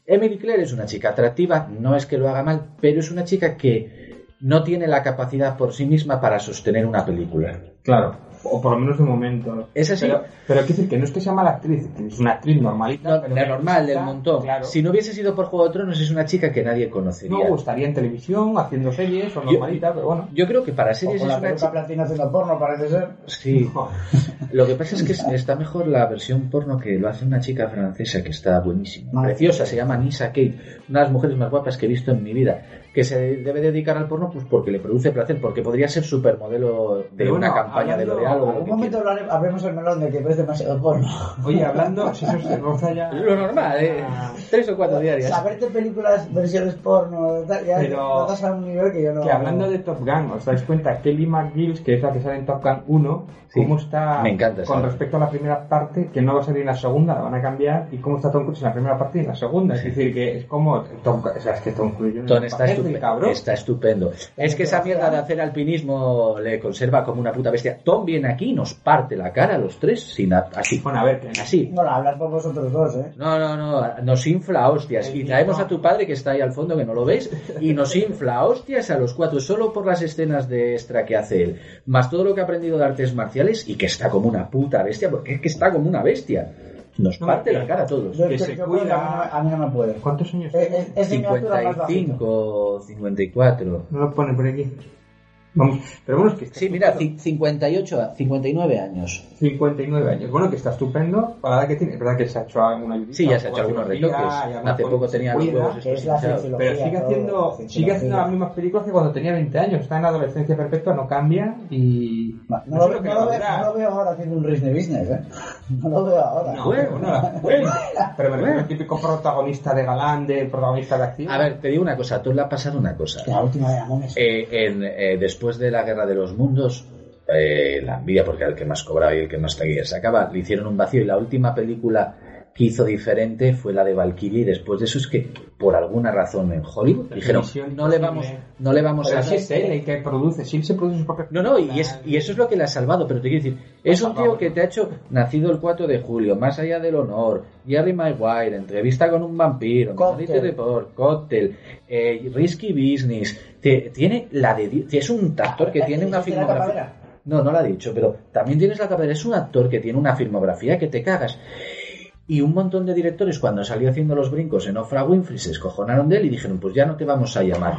S1: Emily Claire es una chica atractiva, no es que lo haga mal, pero es una chica que no tiene la capacidad por sí misma para sostener una película.
S2: Claro, o por lo menos de momento.
S1: Es así.
S2: Pero, pero quiero decir que no es que sea mala actriz, que es una actriz normalita.
S1: No,
S2: pero
S1: la
S2: que
S1: normal
S2: gusta,
S1: del montón.
S2: Claro.
S1: Si no hubiese sido por Juego de Tronos, es una chica que nadie
S2: no
S1: conocería.
S2: gustaría en televisión, haciendo series o normalita, pero bueno.
S1: Yo creo que para
S3: O
S1: series
S3: con
S1: es
S3: la
S1: una
S3: peluca
S1: chica.
S3: platina haciendo porno, parece ser.
S1: Sí.
S2: Joder.
S1: Lo que pasa es que es- está mejor la versión porno que lo hace una chica francesa que está buenísima,
S3: Madre
S1: preciosa,
S3: mía.
S1: se llama Nisa Kate, una de las mujeres más guapas que he visto en mi vida, que se debe dedicar al porno pues porque le produce placer, porque podría ser supermodelo de
S2: Pero
S1: una
S2: bueno,
S1: campaña de
S2: hablando-
S1: L'Oreal algo. de lo
S3: algún
S1: que
S3: momento lo haré- abrimos el melón de que ves demasiado porno.
S2: *laughs* Oye, hablando, si eso se roza
S1: *laughs*
S2: ya.
S1: quieras. Lo normal, ¿eh? Tres o cuatro diarias.
S3: Saberte películas, versiones porno, tal, ya
S2: Pero-
S3: notas a un nivel que yo no.
S2: Que hablando de Top Gun, os dais cuenta, Kelly McGills, que es la que sale en Top Gun 1,
S1: Sí.
S2: cómo está
S1: Me encanta esa.
S2: con respecto a la primera parte, que no va a salir en la segunda, la van a cambiar, y cómo está Tom Cruise en la primera parte y en la segunda. Es decir, que es como... Tom, o sea, es que Tom Cruise... yo no
S1: Ton
S2: sé,
S1: está,
S2: es
S1: estupe-
S2: el cabrón.
S1: está estupendo. Es que esa mierda de hacer alpinismo le conserva como una puta bestia. Tom viene aquí y nos parte la cara a los tres sin a- así.
S2: Bueno, a ver, que
S1: Así.
S3: No, la hablas por vosotros dos, ¿eh?
S1: No, no, no, nos infla a hostias. Y traemos a tu padre que está ahí al fondo, que no lo ves, y nos infla a hostias a los cuatro, solo por las escenas de extra que hace él, más todo lo que ha aprendido de artes marciales y que está como una puta bestia, porque es que está como una bestia. Nos
S2: No,
S1: parte
S2: no,
S1: la cara a todos.
S3: Yo,
S2: Que
S3: yo-
S2: se
S3: yo creo que a mí,
S2: cuida.
S3: no, a mí no me puede.
S2: ¿Cuántos años?
S3: Es, es, es de mi altura más bajito.
S1: 55, 54.
S2: No lo pone por aquí. Vamos, pero bueno, es que... está
S1: Sí, mira,
S2: estupendo.
S1: ci- 58, a- 59 años.
S2: 59 años. Bueno, que está estupendo. Para la edad que tiene, es verdad que se ha hecho alguna ayudita,
S1: Sí, ya se ha hecho
S2: alguna
S1: algunos
S2: cirugía,
S1: retoques.
S2: y alguna
S1: Hace
S2: cosa
S1: poco
S2: que se
S1: tenía los
S2: cuida.
S1: huevos
S3: Ah, que es la
S1: estos hinchados.
S3: cienciología.
S2: Pero sigue
S3: todo,
S2: haciendo,
S3: cienciología.
S2: sigue haciendo las mismas películas que cuando tenía 20 años. Está en la adolescencia perpetua, no cambia y...
S3: No,
S2: sé
S3: no, lo,
S2: lo que
S3: no lo
S2: le
S3: veo,
S2: habrá.
S3: no lo veo ahora haciendo un Disney Business, ¿eh? No lo veo ahora.
S2: No, bueno, no, la- pero me refiero al típico protagonista de galán, de protagonista de acción.
S1: A ver, te digo una cosa, tú le ha pasado una cosa.
S3: La última de Amones.
S1: Eh, en, eh, después de la Guerra de los Mundos, eh, la envidia, porque era el que más cobraba y el que más taquilla sacaba, le hicieron un vacío. Y la última película que hizo diferente fue la de Valkyrie. y Después de eso es que, por alguna razón, en Hollywood
S2: La
S1: dijeron,
S2: misión
S1: no le
S2: imposible".
S1: vamos, no le vamos
S2: Pero
S1: a...
S2: si es él el que produce, si él se produce su propia
S1: No, no, y, es- y eso es lo que le ha salvado, pero te quiero decir, es un tío que te ha hecho nacido el 4 de julio, más allá del honor, Jerry Maguire, entrevista con un vampiro,
S3: Cóctel.
S1: Minority Report, Cóctel, eh, Risky Business, te- tiene la de di- es un actor que
S3: Eh,
S1: tiene una
S3: ¿dijiste la
S1: filmografía.
S3: tapadera?
S1: No, no lo ha dicho, pero también tienes la capacidad, es un actor que tiene una filmografía que te cagas. Y un montón de directores cuando salió haciendo los brincos en Ofra Winfrey se escojonaron de él y dijeron, pues ya no te vamos a llamar.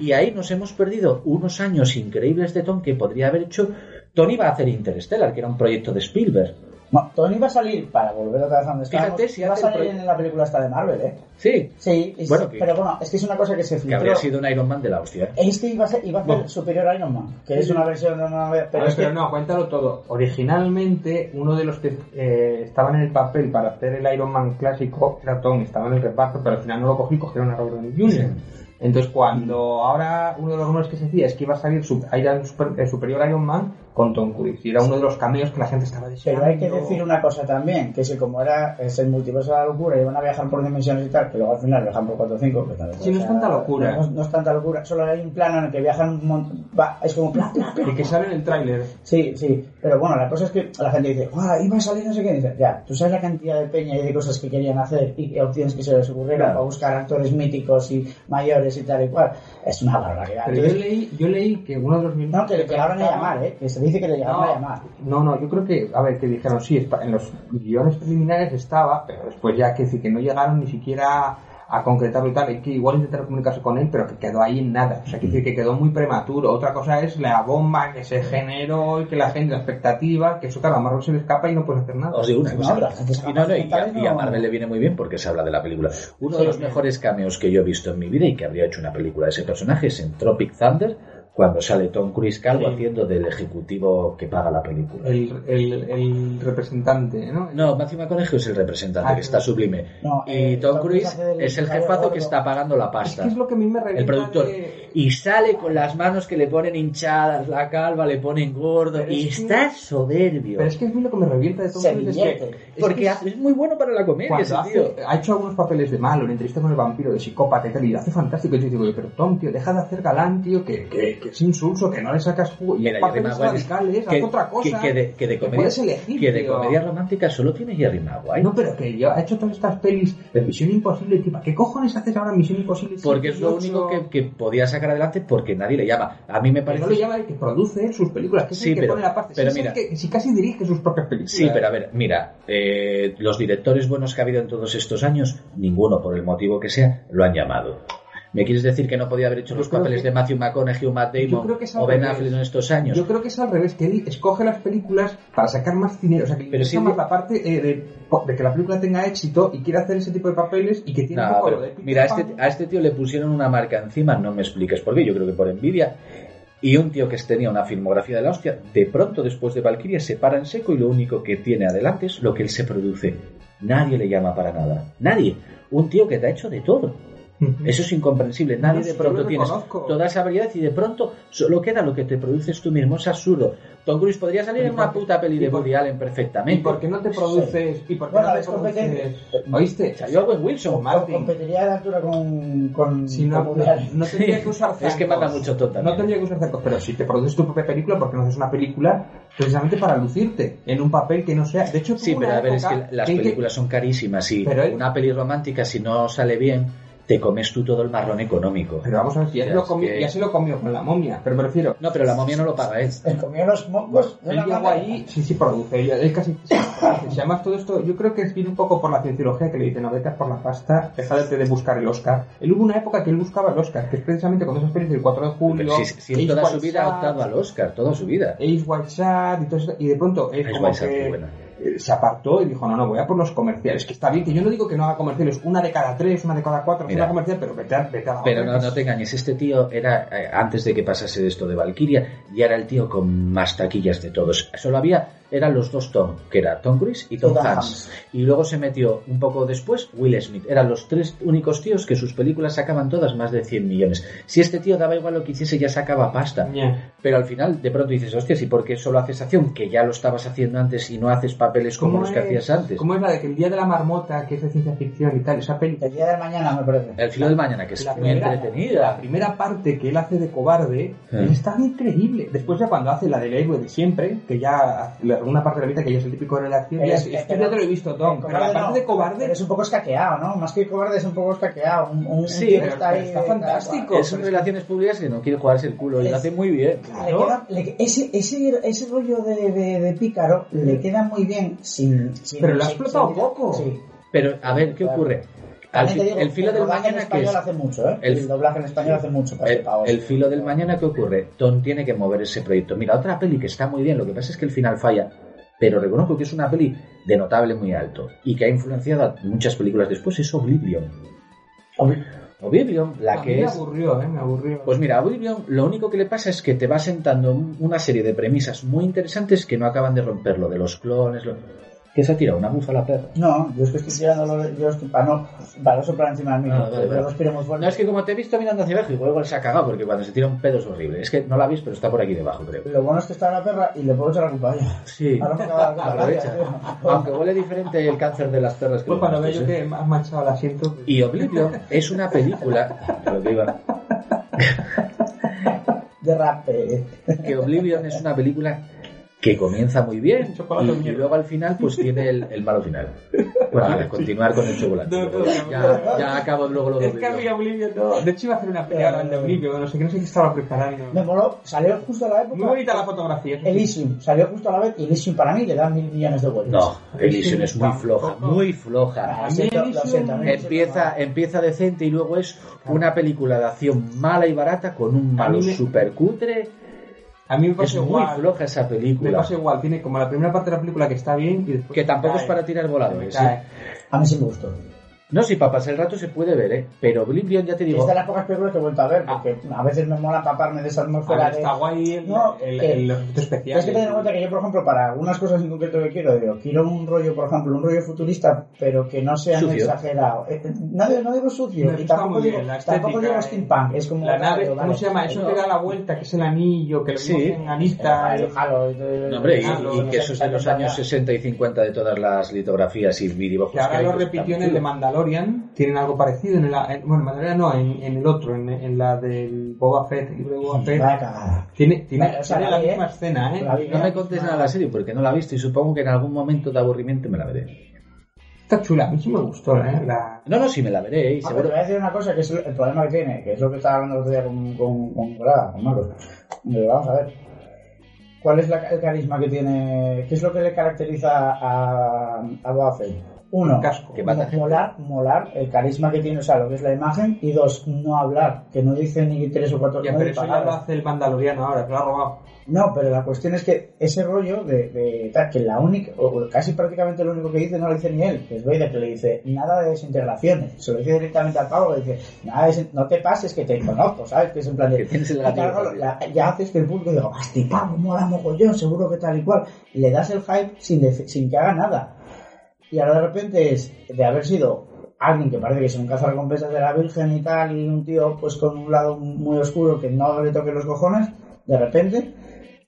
S1: Y ahí nos hemos perdido unos años increíbles de Tom que podría haber hecho... Tom iba a hacer Interstellar, que era un proyecto de Spielberg.
S3: No, Tony va a salir, para volver otra vez a donde
S1: Fíjate
S3: estábamos,
S1: si
S3: va a
S1: hace el
S3: salir
S1: proye-
S3: en la película esta de Marvel, ¿eh?
S1: Sí,
S3: Sí, y-
S1: Bueno, que-
S3: pero bueno, es que es una cosa que se
S1: que habría
S3: filtró.
S1: sido un Iron Man de la hostia. ¿eh?
S3: Es que iba a ser, iba a ser
S2: Bueno.
S3: superior a Iron Man, que es una versión de una... Pero,
S2: Pero, a ver,
S3: es
S2: pero
S3: que...
S2: no, cuéntalo todo. Originalmente, uno de los que eh, estaban en el papel para hacer el Iron Man clásico era Tom, estaba en el reparto, pero al final no lo cogí, cogieron a Robert Downey Jr. Entonces, cuando ahora uno de los rumores que se decía es que iba a salir su- Iron Super- eh, Superior Iron Man con Tom Cruise, y era uno de los cameos que la gente estaba deseando.
S3: Pero hay que decir una cosa también, que si como era es el multiverso de la locura y van a viajar por dimensiones y tal, que luego al final viajan por 4 o 5, que tal,
S2: Sí, no es tanta locura.
S3: No, no es tanta locura, solo hay un plano en el que viajan un montón, va, es como pla, pla, pla.
S2: Y que sale en el tráiler.
S3: Sí, sí, pero bueno, la cosa es que la gente dice, ah, iba a salir no sé qué, Y dice, ya, tú sabes la cantidad de peña y de cosas que querían hacer y opciones que se les ocurrieron
S1: Claro.
S3: para buscar actores míticos y mayores y tal y cual, es una barbaridad.
S2: Pero yo
S3: Entonces,
S2: leí, yo leí que uno de los mismos.
S3: No, que le llegaron a llamar, ¿eh? que se dice que le llegaron
S2: No.
S3: a llamar.
S2: No, no, yo creo que, a ver, que dijeron, sí, está- en los guiones preliminares estaba, pero después ya que decir que no llegaron ni siquiera a concretarlo y tal, es que igual intentaron comunicarse con él, pero que quedó ahí en nada, o sea, que decir que quedó muy prematuro. Otra cosa es la bomba que se generó y que la gente, la expectativa, que eso, claro, a Marvel se le escapa y no puedes hacer nada.
S1: Os digo una
S3: No,
S1: cosa.
S3: la gente se
S1: Y, no, no, y, a,
S3: va a
S1: y a Marvel le viene muy bien porque se habla de la película. Uno de los mejores cameos que yo he visto en mi vida y que habría hecho una película de ese personaje es en Tropic Thunder, cuando sale Tom Cruise calvo
S2: Sí. Eh.
S1: haciendo del ejecutivo que paga la película.
S2: El, el, el representante, ¿no?
S1: No, Matthew McConaughey es el representante,
S2: Ah,
S1: que está sublime.
S3: No,
S1: y
S3: eh,
S1: Tom
S3: Tom Cruise
S1: Cruise
S3: hace del
S1: es el
S3: empresario
S1: jefazo
S3: gordo.
S1: que está pagando la
S2: Es
S1: pasta,
S2: que es lo que a mí me revienta
S1: el productor.
S2: de-
S1: Y sale con las manos que le ponen hinchadas, la calva le ponen gordo,
S2: Pero
S1: y
S2: es que-
S1: está soberbio.
S2: Pero es que a mí lo que me revienta de todo
S3: Se
S2: es
S3: divierte.
S2: que... es
S1: porque
S2: que
S1: hace- es muy bueno para la comedia ese
S2: Cuando
S1: tío.
S2: hace, ha hecho algunos papeles de malo, en entrevista con el vampiro, de psicópata y tal, y lo hace fantástico. Y yo digo, pero Tom, tío, deja de hacer galán, tío, que, que, que es insulso, que no le sacas jugo. Y
S1: Mira, Jerry
S2: el papeles
S1: Maguire es-
S2: radicales,
S1: que,
S2: haz otra cosa.
S1: que- que de, que de
S2: puedes
S1: comedias,
S2: elegir,
S1: que de
S2: tío.
S1: comedias románticas solo tiene Jerry Maguire.
S2: No, pero que yo ha hecho todas estas pelis de Misión Imposible, tipo, ¿qué cojones haces ahora en Misión Imposible?
S1: porque es lo
S2: 78?
S1: único que, que podía sacar adelante porque nadie le llama. A mí me
S2: Que
S1: parece...
S2: no le llama el que produce sus películas, que es
S1: Sí,
S2: el que
S1: pero-
S2: pone la parte.
S1: pero
S2: si, es el
S1: mira.
S2: que- si casi dirige sus propias películas.
S1: Sí, pero a ver, mira, eh, los directores buenos que ha habido en todos estos años, ninguno, por el motivo que sea, lo han llamado. ¿Me quieres decir que no podía haber hecho
S2: Yo
S1: los
S2: creo
S1: papeles
S2: que-
S1: de Matthew McConaughey o Matt
S2: Yo
S1: Damon
S2: creo que es al
S1: o Ben
S2: revés.
S1: Affleck en estos años?
S2: Yo creo que es al revés, que él escoge las películas para sacar más dinero, o sea, que le
S1: Pero
S2: interesa
S1: sí,
S2: más la parte eh, de, de que la película tenga éxito y quiere hacer ese tipo de papeles y que tiene
S1: No,
S2: un poco
S1: pero
S2: lo de Peter
S1: mira, a este,
S2: Pan.
S1: a este tío le pusieron una marca encima, no me expliques por qué, yo creo que por envidia. Y un tío que tenía una filmografía de la hostia, de pronto después de Valkyria se para en seco y lo único que tiene adelante es lo que él se produce. Nadie le llama para nada. Nadie. Un tío que te ha hecho de todo. ah, Eso es incomprensible. Nadie
S2: No,
S1: de
S2: si yo
S1: pronto
S2: lo
S1: tienes
S2: reconozco.
S1: toda esa habilidad y de pronto solo queda lo que te produces tú mismo. Es absurdo. Tom Cruise podría salir
S2: ¿Y
S1: en
S2: por
S1: una
S2: qué?
S1: puta peli
S2: ¿Y
S1: de
S2: por-
S1: Woody Allen
S2: ¿Y
S1: perfectamente.
S2: por qué no te produces? ¿Y por qué
S3: Bueno,
S2: no
S3: es
S2: te produces?
S3: competente.
S2: ¿Oíste?
S1: Salió Owen Wilson.
S2: O Martin.
S3: Competiría de altura con. con
S2: Si no,
S3: con
S2: no,
S3: Real.
S2: no tendría que usar
S1: Es que
S2: zancos.
S1: mata mucho Todd también.
S2: No tendría que usar zancos, pero si te produces tu propia película, porque no haces una película precisamente para lucirte en un papel que no sea. De hecho, tuvo
S1: Sí, pero
S2: una
S1: a ver, es
S2: época
S1: que las
S2: en
S1: películas son carísimas y
S2: Pero él-
S1: una peli romántica, si no sale bien, te comes tú todo el marrón económico.
S2: Pero vamos a ver, si ya, se
S1: Pero
S2: lo
S1: es
S2: comió,
S1: que-
S2: ya se lo comió con la momia, pero me refiero.
S1: No, pero la momia no lo paga ¿eh? él.
S3: Él comió los mocos. de
S2: Él
S3: una
S2: llegó
S3: manera-
S2: ahí, sí, sí, produce. Él, él casi. *coughs* sí, produce. Si además todo esto, yo creo que viene un poco por la cienciología que le dicen, no vetas por la pasta, dejadete de buscar el Oscar. Él hubo una época que él buscaba el Oscar, que es precisamente con esa experiencia del 4 de julio.
S1: Pero si, si él
S2: Ace
S1: toda su
S2: White
S1: vida ha
S2: Shark,
S1: optado al Oscar, toda su vida.
S2: Ace White Shark y todo eso, y de pronto él
S1: Ace
S2: como
S1: White Shark,
S2: que
S1: muy buena.
S2: eh, se apartó y dijo, no, no, voy a por los comerciales, que está bien, que yo no digo que no haga comerciales, una de cada tres, una de cada cuatro,
S1: Mira.
S2: una comercial, pero vete a, vete a la
S1: Pero
S2: otra,
S1: no,
S2: que
S1: no
S2: es-
S1: te engañes, este tío era, eh, antes de que pasase esto de Valkyria, ya era el tío con más taquillas de todos. Solo había, eran los dos Tom, que era Tom Cruise y Tom
S3: Tom
S1: Hanks.
S3: Hanks.
S1: Y luego se metió un poco después Will Smith. Eran los tres únicos tíos que sus películas sacaban todas más de 100 millones. Si este tío daba igual lo que hiciese, ya sacaba pasta.
S2: Ya.
S1: Pero al final, de pronto dices, hostias, ¿y por qué solo haces acción? Que ya lo estabas haciendo antes y no haces papeles como los que hacías antes.
S2: ¿Cómo es la de que el día de la marmota, que es de ciencia ficción y tal, esa peli?
S3: El día de mañana, me parece.
S1: El filo del mañana, que es
S2: La
S1: muy
S2: primera, la
S1: entretenida.
S2: primera parte que él hace de cobarde
S1: Sí.
S2: él está increíble. Después ya cuando hace la del héroe de siempre, que ya la- una parte de la vida que ya es el típico héroe de acción, ya
S3: Es-
S2: es, esto
S3: pero-
S2: ya te lo he visto, Tom. Pero la
S3: Cobarde
S2: parte
S3: no,
S2: de cobarde
S3: pero Es un poco escaqueado, ¿no? Más que cobarde es un poco escaqueado. Un, un- un
S1: Sí,
S3: tío que
S2: pero- pero está
S3: de-
S2: fantástico.
S1: Es en relaciones públicas que no quiere jugarse el culo y lo hace muy bien.
S3: Le queda- le- ese, ese, ese rollo de, de, de pícaro le queda muy bien sin. sin-
S2: Pero lo ha
S3: sin-
S2: explotado
S3: sin-
S2: poco.
S3: Sí.
S1: Pero, a ver, ¿qué
S3: Claro.
S1: ocurre? Al
S3: También
S1: fi-
S3: te digo,
S1: el filo del
S3: doblaje en
S1: mañana que
S3: español
S1: es...
S3: hace mucho, ¿eh?
S1: el-
S3: El, doblaje en español hace mucho. para
S1: El,
S3: ese pavo,
S1: el
S3: sí.
S1: filo del mañana que ocurre, Tom tiene que mover ese proyecto. Mira, otra peli que está muy bien, lo que pasa es que el final falla, pero reconozco que es una peli de notable muy alto y que ha influenciado a muchas películas después, es Oblivion. Oblivion, la
S2: a mí
S1: que
S2: me
S1: es...
S2: aburrió, ¿eh? Me aburrió.
S1: Pues mira, Oblivion lo único que le pasa es que te va sentando un- una serie de premisas muy interesantes que no acaban de romperlo, de los clones, lo- que se ha tirado una bufa a la perra.
S3: No, yo es que estoy tirándolo. Yo estoy para no. Para no soplar encima del micro.
S1: Ah, vale,
S3: pero
S1: vale.
S3: respiro muy fuerte.
S1: No, es que como te he visto mirando hacia abajo, igual, igual se ha cagado, porque cuando se tira un pedo es horrible. Es que no la veis, pero está por aquí debajo, creo.
S3: Lo bueno es que está la perra y le puedo echar la culpa a
S1: *laughs*
S3: ella.
S1: Sí.
S3: Ahora me acaba la culpa a ella,
S1: Aprovecha.
S3: tío.
S1: Aunque huele diferente el cáncer de las perras que
S2: Pues cuando
S1: lo
S2: veo
S1: conoces,
S2: yo
S1: ¿eh?
S2: que has manchado el asiento.
S1: Y Oblivion es una película... lo que iba.
S3: Derrape.
S1: que Oblivion es una película que comienza muy bien y,
S2: Chocolate de
S1: y
S2: mierda.
S1: luego al final pues tiene el, el malo final. Bueno, a ver, continuar con el chocolate.
S2: No, no, no.
S1: ya, ya acabo luego lo de
S2: Es que a mí
S1: Oblivion.
S2: Oblivion no. De hecho iba a hacer una
S1: Ah.
S2: pelea ahora de Oblivion, no sé qué, no sé qué estaba preparando.
S3: Me moló. Salió justo a la época.
S2: Muy bonita la fotografía. eso sí.
S3: Elysium. Salió justo a la vez y Elysium para mí le da mil millones de vueltas. Ah,
S1: No, Elysium es muy floja, muy floja.
S3: Lo siento, lo
S2: Elysium-
S3: siento, a mí me
S1: Empieza, empieza decente y luego es una película de acción mala y barata con un malo
S2: A mí me-
S1: super cutre.
S2: A mí me
S1: Es
S2: pasa
S1: muy
S2: igual.
S1: floja esa
S2: Me
S1: película.
S2: pasa igual, tiene como la primera parte de la película que está bien y después.
S1: Que tampoco
S2: cae.
S1: es para tirar voladores. ¿eh?
S2: Cae.
S3: A mí sí me gustó.
S1: No, si papas el rato se puede ver, ¿eh? pero Oblivion ya te digo, Ah.
S3: Es de las pocas películas que he vuelto a ver, porque a veces me mola empaparme de esa
S2: A
S3: atmósfera
S2: ver,
S3: de...
S2: está guay el,
S3: No,
S2: el-
S3: que-
S2: el- los efectos especiales.
S3: Es que tener en cuenta que yo, por ejemplo, para algunas cosas en concreto que quiero, digo, quiero un rollo, por ejemplo, un rollo futurista, pero que no sea muy
S1: Sucio.
S3: exagerado. Eh, eh, No, digo- no digo sucio,
S2: Pero
S3: y
S2: está
S3: tampoco
S2: muy
S3: digo,
S2: bien, la
S3: tampoco
S2: estética,
S3: digo
S2: eh.
S3: steampunk, es como...
S2: La nave,
S3: digo,
S2: ¿cómo
S3: vale,
S2: se llama? Eso
S3: eh,
S2: que da la vuelta, que es el anillo, que lo
S1: Sí.
S2: vimos en Anista.
S3: eh, Halo, eh,
S1: No, hombre, y,
S2: Ah, lo-
S1: y
S2: lo
S1: que eso es de los años 60 y 50 de todas las litografías y videobajos.
S2: Que ahora
S1: hay,
S2: lo
S1: pues,
S2: repitió en
S1: tan
S2: el de
S1: chulo.
S2: Mandalorian, tienen algo parecido en la, en- bueno, en Mandalorian no, en, en el otro, en, en la del Boba Fett, el libro de Boba Fett.
S3: Vaya cagada.
S2: Tiene, tiene,
S3: Vale, o sea,
S2: tiene
S3: la
S2: la
S3: vi,
S2: misma
S3: ¿eh?
S2: escena, ¿eh?
S3: La vi.
S1: No me contes nada de la serie porque no la he visto y supongo que en algún momento de aburrimiento me la veré.
S2: Está chula, a mí sí me gustó, ¿eh? La...
S1: No, no, sí me la veré, ¿eh? y
S3: Ah, pero te
S1: seguro.
S3: voy a decir una cosa que es el problema que tiene, que es lo que estaba hablando el otro día con, con, con Colada, con Marcos. Digo, vamos a ver. ¿Cuál es la- el carisma que tiene? ¿Qué es lo que le caracteriza a, a Boba Fett? uno,
S2: casco.
S1: Que mata gente.
S3: molar, molar el carisma que tiene, o sea, lo que es la imagen, y dos, no hablar, que no dice ni tres o cuatro
S2: Ya,
S3: nueve
S2: pero eso ya lo
S3: palabras.
S2: hace el mandaloriano ahora, que lo ha robado.
S3: No, pero la cuestión es que ese rollo de, de tal, que la única, o casi prácticamente lo único que dice no lo dice ni él, que es Vader que le dice nada de desintegraciones, se lo dice directamente al pavo, le dice, nada de desin- no te pases que te conozco, ¿sabes? Que es en plan de,
S1: Que tienes el
S2: *laughs*
S3: Ah, claro,
S1: gatillo,
S3: la- ya haces que el público diga, hostia, pavo, mola mogollón, seguro que tal y cual, Y le das el hype sin, def- sin que haga nada. Y ahora de repente es de haber sido alguien que parece que es un cazarrecompensas de la Virgen y tal, y un tío pues con un lado muy oscuro que no le toque los cojones, de repente,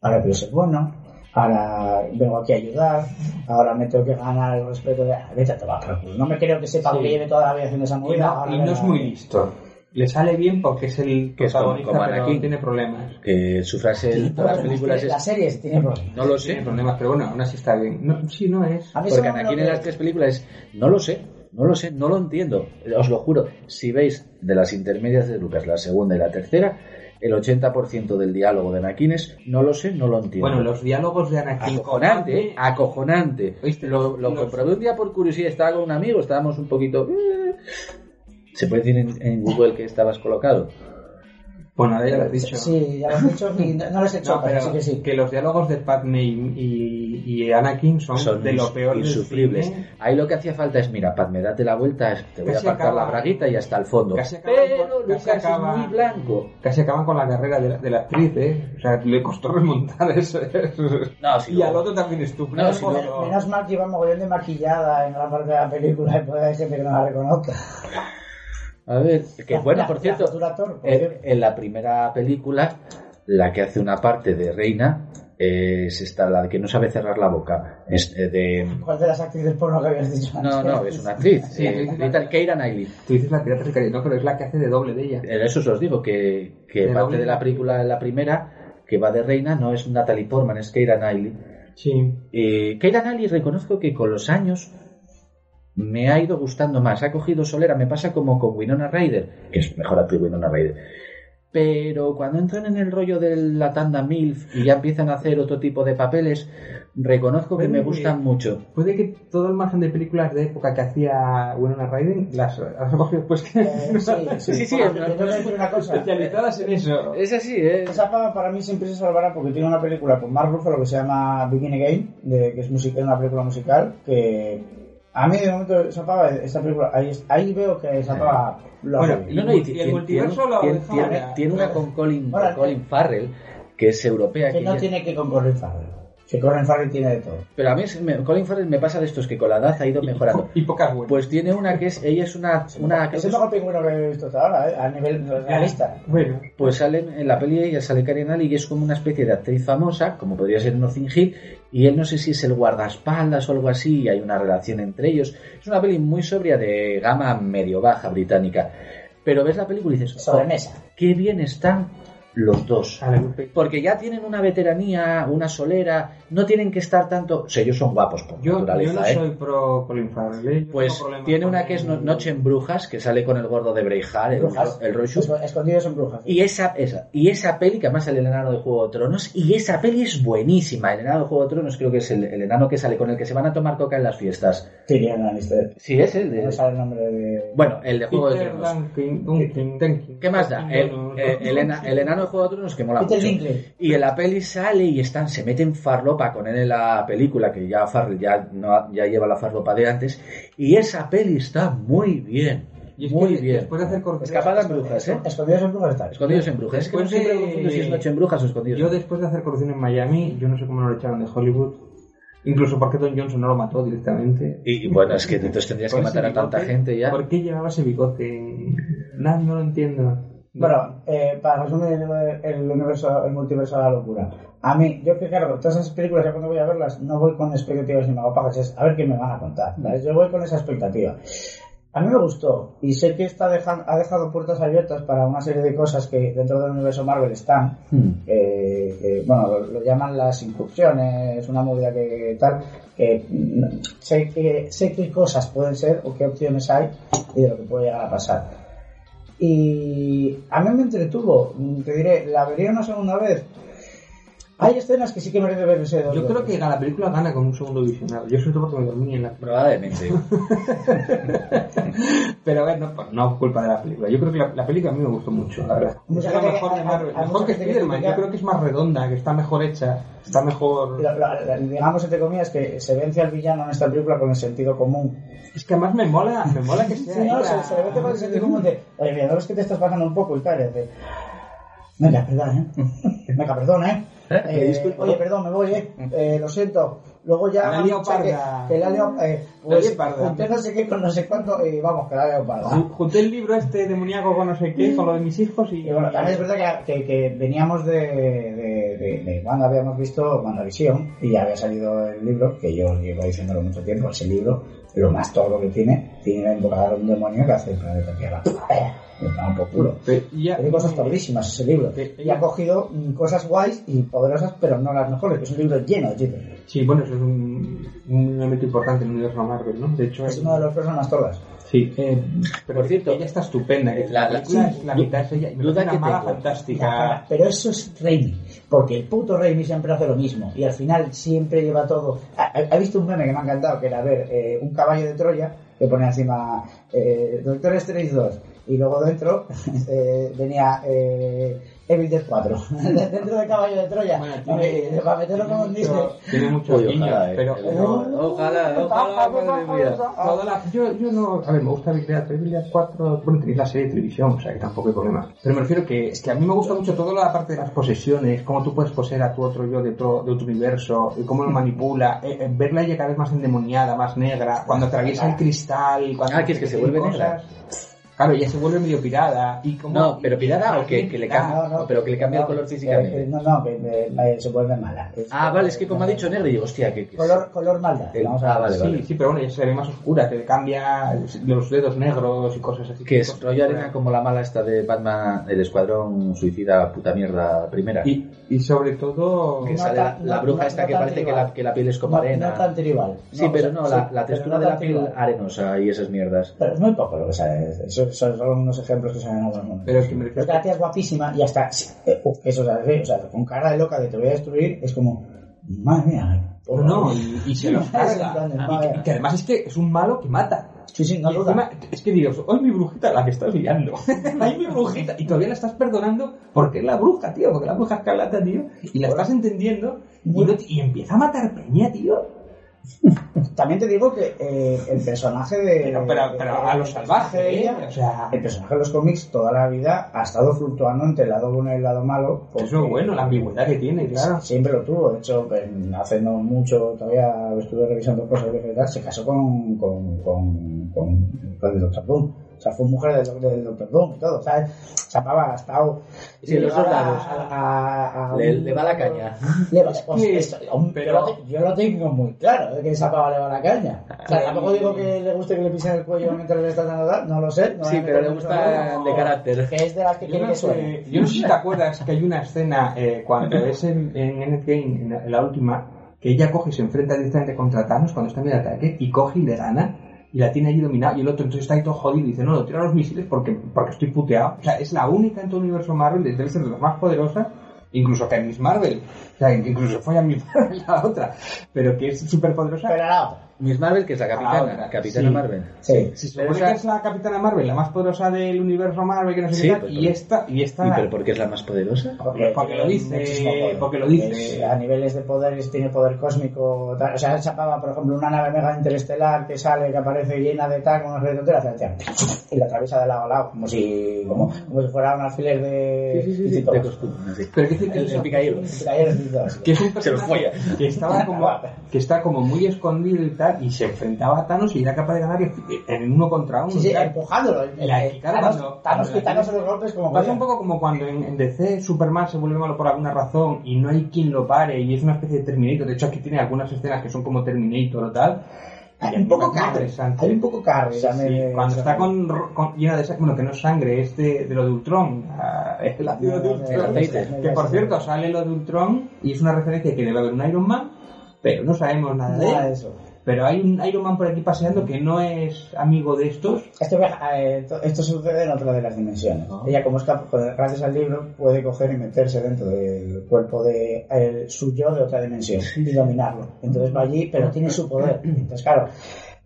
S3: ahora quiero ser bueno, ahora vengo aquí a ayudar, ahora me tengo que ganar el respeto de, "Ah, vete a tomar por culo". No me creo que sepa lo
S2: Sí.
S3: que lleve toda la aviación de esa
S2: Y
S3: movida.
S2: no,
S3: ahora
S2: y
S3: me
S2: no
S3: la-
S2: es
S3: *laughs*
S2: muy listo. Le sale bien porque es el
S1: Que es como-
S2: protagonista,
S1: como
S2: pero
S1: Anakin.
S2: tiene problemas.
S1: Que su frase en todas las películas
S3: Las
S1: es...
S3: series tienen problemas.
S1: No lo
S2: Tiene
S1: sé.
S2: problemas, pero bueno, aún así está bien. No, sí, no es.
S3: A mí eso
S1: Porque
S3: no me lo
S1: Anakin en
S3: creo.
S1: las tres películas es... No lo sé. No lo sé, no lo entiendo. Os lo juro. Si veis de las intermedias de Lucas, la segunda y la tercera, el 80% del diálogo de Anakin es... No lo sé, no lo entiendo.
S2: Bueno, los diálogos de Anakin con
S1: Acojonante, ¿eh?
S2: Padme-
S1: acojonante.
S2: ¿Oíste?
S1: Lo, lo
S2: Los-
S1: comprobé un día por curiosidad, estaba con un amigo, estábamos un poquito... eh. ¿Se puede decir en, en Google que estabas colocado?
S2: Bueno, ahora ya lo has dicho.
S3: Sí, ya lo has dicho y no, no lo has hecho,
S2: No,
S3: pero
S2: pero
S3: sí que sí.
S2: que los diálogos de Padme y, y- y Anakin son,
S1: Son
S2: de lo peor del
S1: insufribles.
S2: cine.
S1: Ahí lo que hacía falta es, mira, Padme, date la vuelta, te voy a
S2: Casi
S1: apartar
S2: acaba-
S1: la braguita y hasta el fondo.
S2: casi acaba-
S1: Pero
S2: casi
S1: Lucas
S2: acaba-
S1: es muy blanco.
S2: Casi acaban con la carrera de la, de la actriz, ¿eh? O sea, le costó remontar *laughs* eso. ¿eh?
S1: No, si
S2: y
S1: luego-
S2: al otro también estúpido.
S1: No, si
S2: Joder.
S3: Men- Menos mal que iba mogollón de maquillada en gran parte de la película *laughs* y puede haber gente que no la reconozca.
S1: A ver, que
S3: La-
S1: bueno,
S3: la-
S1: por
S3: La
S1: cierto, eh,
S3: futura actor, por
S1: en,
S3: cierto.
S1: en la primera película, la que hace una parte de reina eh, es esta, la que no sabe cerrar la boca. Es eh, de...
S3: ¿Cuál de las actrices porno que habías dicho antes?
S1: No, no, es una actriz.
S2: Sí,
S1: eh,
S2: es una-
S1: Little Keira Knightley.
S2: Tú dices la pirata del Caribe, no, pero es la que hace de doble de ella.
S1: Eh, Eso os digo, que, que
S2: Pero
S1: parte de
S2: una-
S1: la película, la primera, que va de reina, no es Natalie Portman, es Keira Knightley.
S2: Sí.
S1: Eh, Keira Knightley reconozco que con los años me ha ido gustando más. Ha cogido solera, me pasa como con Winona Ryder, que es mejor actriz Winona Ryder. Pero cuando entran en el rollo de la tanda MILF y ya empiezan a hacer otro tipo de papeles, reconozco que
S2: Pero
S1: me
S2: muy
S1: gustan
S2: bien.
S1: mucho.
S2: Puede que todo el margen de películas de época que hacía Winona Ryder las, las ha cogido después que...
S3: *laughs* Eh,
S2: *laughs*
S3: sí, sí,
S1: *laughs* Sí, sí,
S3: Bueno,
S1: es una-
S3: te tengo que decir una cosa.
S2: especializadas en eso.
S1: Es así, ¿eh?
S3: Esa pava para mí siempre se salvará porque tiene una película con Mark Ruffalo que se llama Begin Again, de, que es musical, una película musical que a mí de momento esa pava, esta película, ahí, es- ahí veo que esa pava lo hace
S2: Bueno,
S3: bien.
S1: No, no, y
S2: Y
S1: ti-
S2: el
S1: tiene-
S2: multiverso lo
S1: tiene-
S2: dejamos
S1: tiene-
S2: ya.
S1: tiene una con Colin,
S3: Ahora,
S1: con Colin Farrell, que es europea.
S3: que
S1: que
S3: no
S1: ya-
S3: tiene que con Colin Farrell. Que Colin Farrell tiene de todo.
S1: Pero a mí se me- Colin Farrell me pasa de estos que con la edad ha
S2: *laughs*
S1: ido mejorando.
S2: Y, pocas buenas.
S1: Pues tiene una que es, ella es una, una
S3: es el mejor pingüino que he visto hasta ahora, ¿eh? a nivel realista.
S2: Bueno,
S1: pues sale en la peli ella sale Karen Alli y es como una especie de actriz famosa, como podría ser Nothing Hill, y él no sé si es el guardaespaldas o algo así, y hay una relación entre ellos. Es una peli muy sobria de gama medio baja británica. Pero ves la película y dices,
S3: Sobre
S1: "Jo,
S3: mesa.
S1: qué bien están los dos.
S2: a la Lupe.
S1: Porque ya tienen una veteranía, una solera, no tienen que estar tanto. O sea, ellos son guapos por
S2: Yo, yo
S1: naturaleza,
S2: no
S1: ¿eh?
S2: soy pro Colin Farrell. ¿eh? Yo
S1: Pues
S2: tengo problemas
S1: tiene
S2: con
S1: una
S2: él.
S1: que es no- Noche en Brujas, que sale con el gordo de Breijar, el,
S3: Brujas.
S1: el Roy Shoe.
S3: Esco- Escondidos en brujas.
S1: Y esa, esa, y esa peli, que además sale el enano de Juego de Tronos, y esa peli es buenísima. El enano de Juego de Tronos creo que es el, el enano que sale con el que se van a tomar coca en las fiestas.
S3: Tyrion Lannister.
S1: Sí, es el
S3: No
S1: de...
S3: sale el nombre de...
S1: Bueno, el de Juego de
S2: Peter
S1: Tronos.
S2: Duncan, Duncan, Duncan.
S1: ¿Qué más da? El,
S2: No, no, no.
S1: eh, el ena- el enano de Juego de Tronos que mola
S3: Peter
S1: mucho.
S3: Dinklage.
S1: Y en la peli sale y están, se meten farlopa con él en la película, que ya Farrell ya, no, ya lleva la farlopa de antes. Y esa peli está muy bien.
S2: Y es que
S1: muy bien.
S2: después de hacer cortes-
S1: Escapada en brujas, ¿eh?
S3: Escondidos en brujas tal.
S1: Escondidos en brujas. Es que no
S2: Después
S1: siempre
S2: de-
S1: confundo si es noche en brujas o escondidos.
S2: Yo después de hacer corrupción en Miami, yo no sé cómo no lo echaron de Hollywood. Incluso porque Don Johnson no lo mató directamente.
S1: Y, y bueno, es que entonces tendrías que
S2: Por ese
S1: matar a tanta
S2: bigote,
S1: gente ya.
S2: ¿Por qué llevaba ese bigote? Nada, no lo entiendo.
S3: Bueno, eh, para resumir el, el universo, el multiverso de la locura. A mí, yo que claro, todas esas películas ya cuando voy a verlas no voy con expectativas ni me hago pajas, es a ver qué me van a contar. ¿vale? Yo voy con esa expectativa. A mí me gustó y sé que está dejan- ha dejado puertas abiertas para una serie de cosas que dentro del universo Marvel están,
S1: Hmm.
S3: eh, que, bueno, lo, lo llaman las incursiones, una movida que tal, que mm, sé, que sé qué cosas pueden ser o qué opciones hay y de lo que puede llegar a pasar. Y a mí me entretuvo, mm, te diré, la vería una segunda vez. Hay escenas que sí que merece ver ese
S2: Yo creo que la película gana con un segundo visionado. Yo sobre todo porque me dormí en la
S3: *laughs*
S1: Probablemente.
S3: Eh,
S1: *laughs*
S2: Pero a ver, no, no es culpa de la película. Yo creo que la, la película a mí me gustó mucho, la verdad.
S3: Mucha
S2: es la
S3: gente
S2: mejor
S3: que-
S2: de
S3: Pues a-
S2: Marvel.
S3: a- a
S2: mejor
S3: mucha
S2: que
S3: gente que
S2: Spider-Man. Yo
S3: critica-
S2: creo que es más redonda, que está mejor hecha, está mejor...
S3: La- la- la- digamos entre comillas que se vence al villano en esta película con el sentido común
S2: Es que además me mola, me mola que sea...
S3: Sí, no,
S2: ella.
S3: se, se le vence con el sentido común de oye mira no es que te estás bajando un poco y tal y hace, venga perdón
S1: *laughs*
S3: eh venga perdón eh,
S1: Eh,
S3: Eh,
S1: disculpa.
S3: oye perdón me voy eh, Eh, lo siento luego ya
S2: La he liado
S3: o sea, que-
S2: parda.
S3: que, la he liado, eh,
S2: La he
S3: pues
S2: liado parda.
S3: junté no sé qué con no sé cuánto y vamos que la he liado parda
S2: Ju- Junté el libro este demoníaco con no sé qué, con lo de mis hijos y...
S3: Y bueno, también es verdad que, que- que veníamos de, de, de, de cuando habíamos visto WandaVision y ya había salido el libro, que yo llevo diciéndolo mucho tiempo, ese libro, lo más todo que tiene, tiene el invocador de un demonio que hace el planeta *laughs* Tierra. Me da un poco pues culo.
S2: Pero- y ya-
S3: Tiene cosas tordísimas ese libro.
S2: Sí,
S3: Y ha cogido mm, cosas guays y poderosas, pero no las mejores. que Es un libro lleno de chistes.
S2: Sí, bueno, eso es un, un elemento importante en el universo Marvel, ¿no? De hecho,
S3: Es
S2: hay-
S3: una de las personas tordas.
S2: Sí, eh, pero
S1: Por cierto,
S2: ella está estupenda. que
S1: la-
S2: La,
S1: la-
S2: película
S1: sí,
S2: es la
S1: du-
S2: mitad es ella. y Me
S1: duda
S2: parece
S1: que
S2: una mala
S1: tengo.
S2: fantástica.
S3: Pero eso es Raimi, porque el puto Raimi siempre hace lo mismo y al final siempre lleva todo. ¿Ha, ha- ha visto un meme que me ha encantado? Que era ver eh, un caballo de Troya que pone encima eh, Doctor Strange 2 y luego dentro *laughs* eh, venía eh, Evil Dead 4. *laughs* dentro del caballo de Troya, eh,
S2: Bueno,
S3: para,
S2: tiene-
S3: meterlo como un
S2: tiene
S3: Disney.
S2: mucho- Tiene muchos
S1: Oye,
S2: guiños,
S1: ojalá, eh.
S2: pero.
S1: El- Ojalá, ojalá, madre mía.
S2: Toda la- yo, yo no. A ver, me gusta Big Data, Big Data 4. Bueno, tenéis la serie de televisión, o sea que tampoco hay problema. Pero me refiero que es que a mí me gusta mucho toda la parte de las posesiones, cómo tú puedes poseer a tu otro yo de otro, de otro universo, y cómo lo manipula, eh, eh, verla ya cada vez más endemoniada, más negra, cuando atraviesa el cristal. Cuando
S1: Ah, que es que se vuelve
S2: cosas.
S1: negra.
S2: Claro, ya se vuelve medio pirada. Y cómo-
S1: No, pero pirada o que, que le
S2: Ah,
S1: cambia, pero que le cambia el
S3: no,
S1: color
S3: eh,
S1: físicamente.
S3: no, no, que me- eh, se vuelve mala.
S1: Ah, vale, es que como ha dicho negro, digo, hostia, que... que-
S3: Color, color maldad.
S1: Eh,
S3: vamos a
S1: ah, vale,
S2: Sí,
S1: vale.
S2: sí, pero bueno, ya se ve más oscura, que le cambia los dedos negros y cosas así.
S1: Que es rollo arena como la mala esta de Batman, el escuadrón suicida, puta mierda, primera.
S2: Y, y sobre todo...
S1: que
S3: No
S1: sale la,
S3: tan-
S1: la
S3: no-
S1: bruja
S3: no-
S1: esta
S3: no
S1: que
S3: tan
S1: parece que
S3: tribal.
S1: la, que la piel es como
S3: No,
S1: arena.
S3: no tan tribal.
S1: sí, pero
S3: o
S1: no,
S3: sea,
S1: la,
S3: sí,
S1: la
S3: pero
S1: textura
S3: no
S1: de la
S3: tan
S1: piel
S3: tribal.
S1: arenosa y esas mierdas.
S3: Pero es muy poco lo que sale. Eso, eso son unos ejemplos que salen en algunos momentos.
S2: Pero es que me
S3: Pero
S2: refiero...
S3: que la tía es guapísima y hasta. sí, eh, uh, Eso es así, o sea, con cara de loca de te voy a destruir, es como. Madre mía.
S2: No, no, y, y se los
S3: Es en plan de,
S2: carga. Y
S3: madre.
S2: que- que además es que es un malo que mata.
S3: Sí, sí, no
S2: Y
S3: duda.
S2: encima, es que dios, hoy mi brujita la que estás liando. *laughs* Ay, mi brujita. Y todavía la estás perdonando porque es la bruja, tío. Porque la bruja escarlata, tío. Y la estás entendiendo y, no- y empieza a matar peña, tío.
S3: También te digo que eh, el personaje de.
S2: Pero, pero, pero a lo
S3: el
S2: salvaje,
S3: personaje
S2: ¿eh?
S3: de ella,
S2: O sea...
S3: El personaje de los cómics toda la vida ha estado fluctuando entre el lado bueno y el lado malo. porque-
S2: Eso es bueno, la ambigüedad que tiene, claro.
S3: Siempre lo tuvo, de hecho, en- hace no mucho, todavía estuve revisando cosas de verdad, se casó con, con, con, con, con el Doctor Doom. O sea, fue mujer del, del Doctor Doom y todo, ¿sabes? Chapaba, ha estado...
S1: Sí, los dos lados.
S3: A- a- a
S1: Le-
S3: un-
S1: le va la caña.
S3: Le va, pues,
S2: que-
S3: esto- un-
S2: pero-
S3: yo, lo te- yo lo tengo muy claro, de que esa pava le va la caña. O sea, tampoco digo que le guste que le pisen el cuello mientras le estás dando dar, no lo sé. No
S1: Sí,
S3: me
S1: pero le
S3: meto mucho en la
S1: gusta
S3: boca.
S1: de carácter.
S3: Que es de las que
S2: Yo
S3: quiere
S2: no,
S3: que
S2: sé,
S3: suene.
S2: yo no sé si te acuerdas que hay una escena eh, cuando es en, en Endgame, en la, en la última, que ella coge y se enfrenta directamente contra Thanos cuando está en el ataque y coge y le gana y la tiene allí dominada y el otro entonces está ahí todo jodido y dice, no, no, tira los misiles porque, porque estoy puteado. O sea, es la única en todo el universo Marvel, debe ser de las más poderosas, incluso que Miss Marvel. O sea, incluso fue a Miss *laughs* Marvel la otra, pero que es súper poderosa.
S3: Pero la otra.
S1: Miss Marvel, que es la capitana,
S2: otra,
S1: capitana
S2: sí.
S1: Marvel.
S3: Sí.
S2: Se
S1: Pero
S2: supone
S1: esa-
S2: que es la Capitana Marvel, la más poderosa del universo Marvel, que no sé
S1: Sí,
S2: qué tal,
S1: pues,
S2: y
S1: pero-
S2: esta, y esta...
S1: ¿Y pero por qué es la más poderosa?
S2: Porque lo dice,
S3: Muchísimo poder.
S2: porque lo dice.
S3: Es- Eh, a niveles de poderes tiene poder cósmico. tal. O sea, él chapaba, por ejemplo, una nave mega interestelar que sale, que aparece llena de tal, con una red de tonteras, hace la tía, y la atraviesa de lado a lado, como si, como, como si fuera un alfiler de.
S1: De
S3: de-
S1: costumbre, sí.
S2: Pero que,
S1: El, el picahielo.
S3: de ayer, de todo, así.
S2: que es un
S1: Se lo
S2: personaje
S1: folla.
S2: que estaba
S3: *laughs*
S2: como que está como muy escondido y tal y se enfrentaba a Thanos y era capaz de ganar en uno contra uno.
S3: Sí, eh, sí,
S2: y tal.
S3: empujándolo. el- el-
S2: La-
S3: el-
S2: claro,
S3: Thanos-
S2: cuando-
S3: Thanos
S2: cuando-
S3: quitándose los golpes como
S2: Pasa
S3: podía.
S2: un poco como cuando en, en DC Superman se vuelve malo por alguna razón y no hay quien lo pare y es una especie de Terminator. De hecho aquí tiene algunas escenas que son como Terminator o tal. y
S3: Hay un poco
S2: bastante
S3: carry.
S2: interesante.
S3: Hay un poco carry
S2: Sí,
S3: también. eh,
S2: cuando
S3: o sea,
S2: está con, ro- con- llena de sangre, bueno, que no es sangre, es de, de lo de Ultron, ah, *laughs* la- el ácido de
S3: no, no, no,
S2: Ultron.
S1: El aceite.
S3: no, no, no,
S2: Que por
S3: no,
S2: cierto, sale lo de Ultron y es una referencia que debe haber un Iron Man, pero no sabemos nada de
S3: nada de
S2: él.
S3: eso.
S2: Pero hay un Iron Man por aquí paseando que no es amigo de estos.
S3: Esto, viaja- eh, to- esto sucede en otra de las dimensiones.
S2: Ah.
S3: Ella, como está, pues, gracias al libro, puede coger y meterse dentro del cuerpo de el, su yo de otra dimensión y dominarlo. Entonces va allí, pero tiene su poder. Entonces, claro,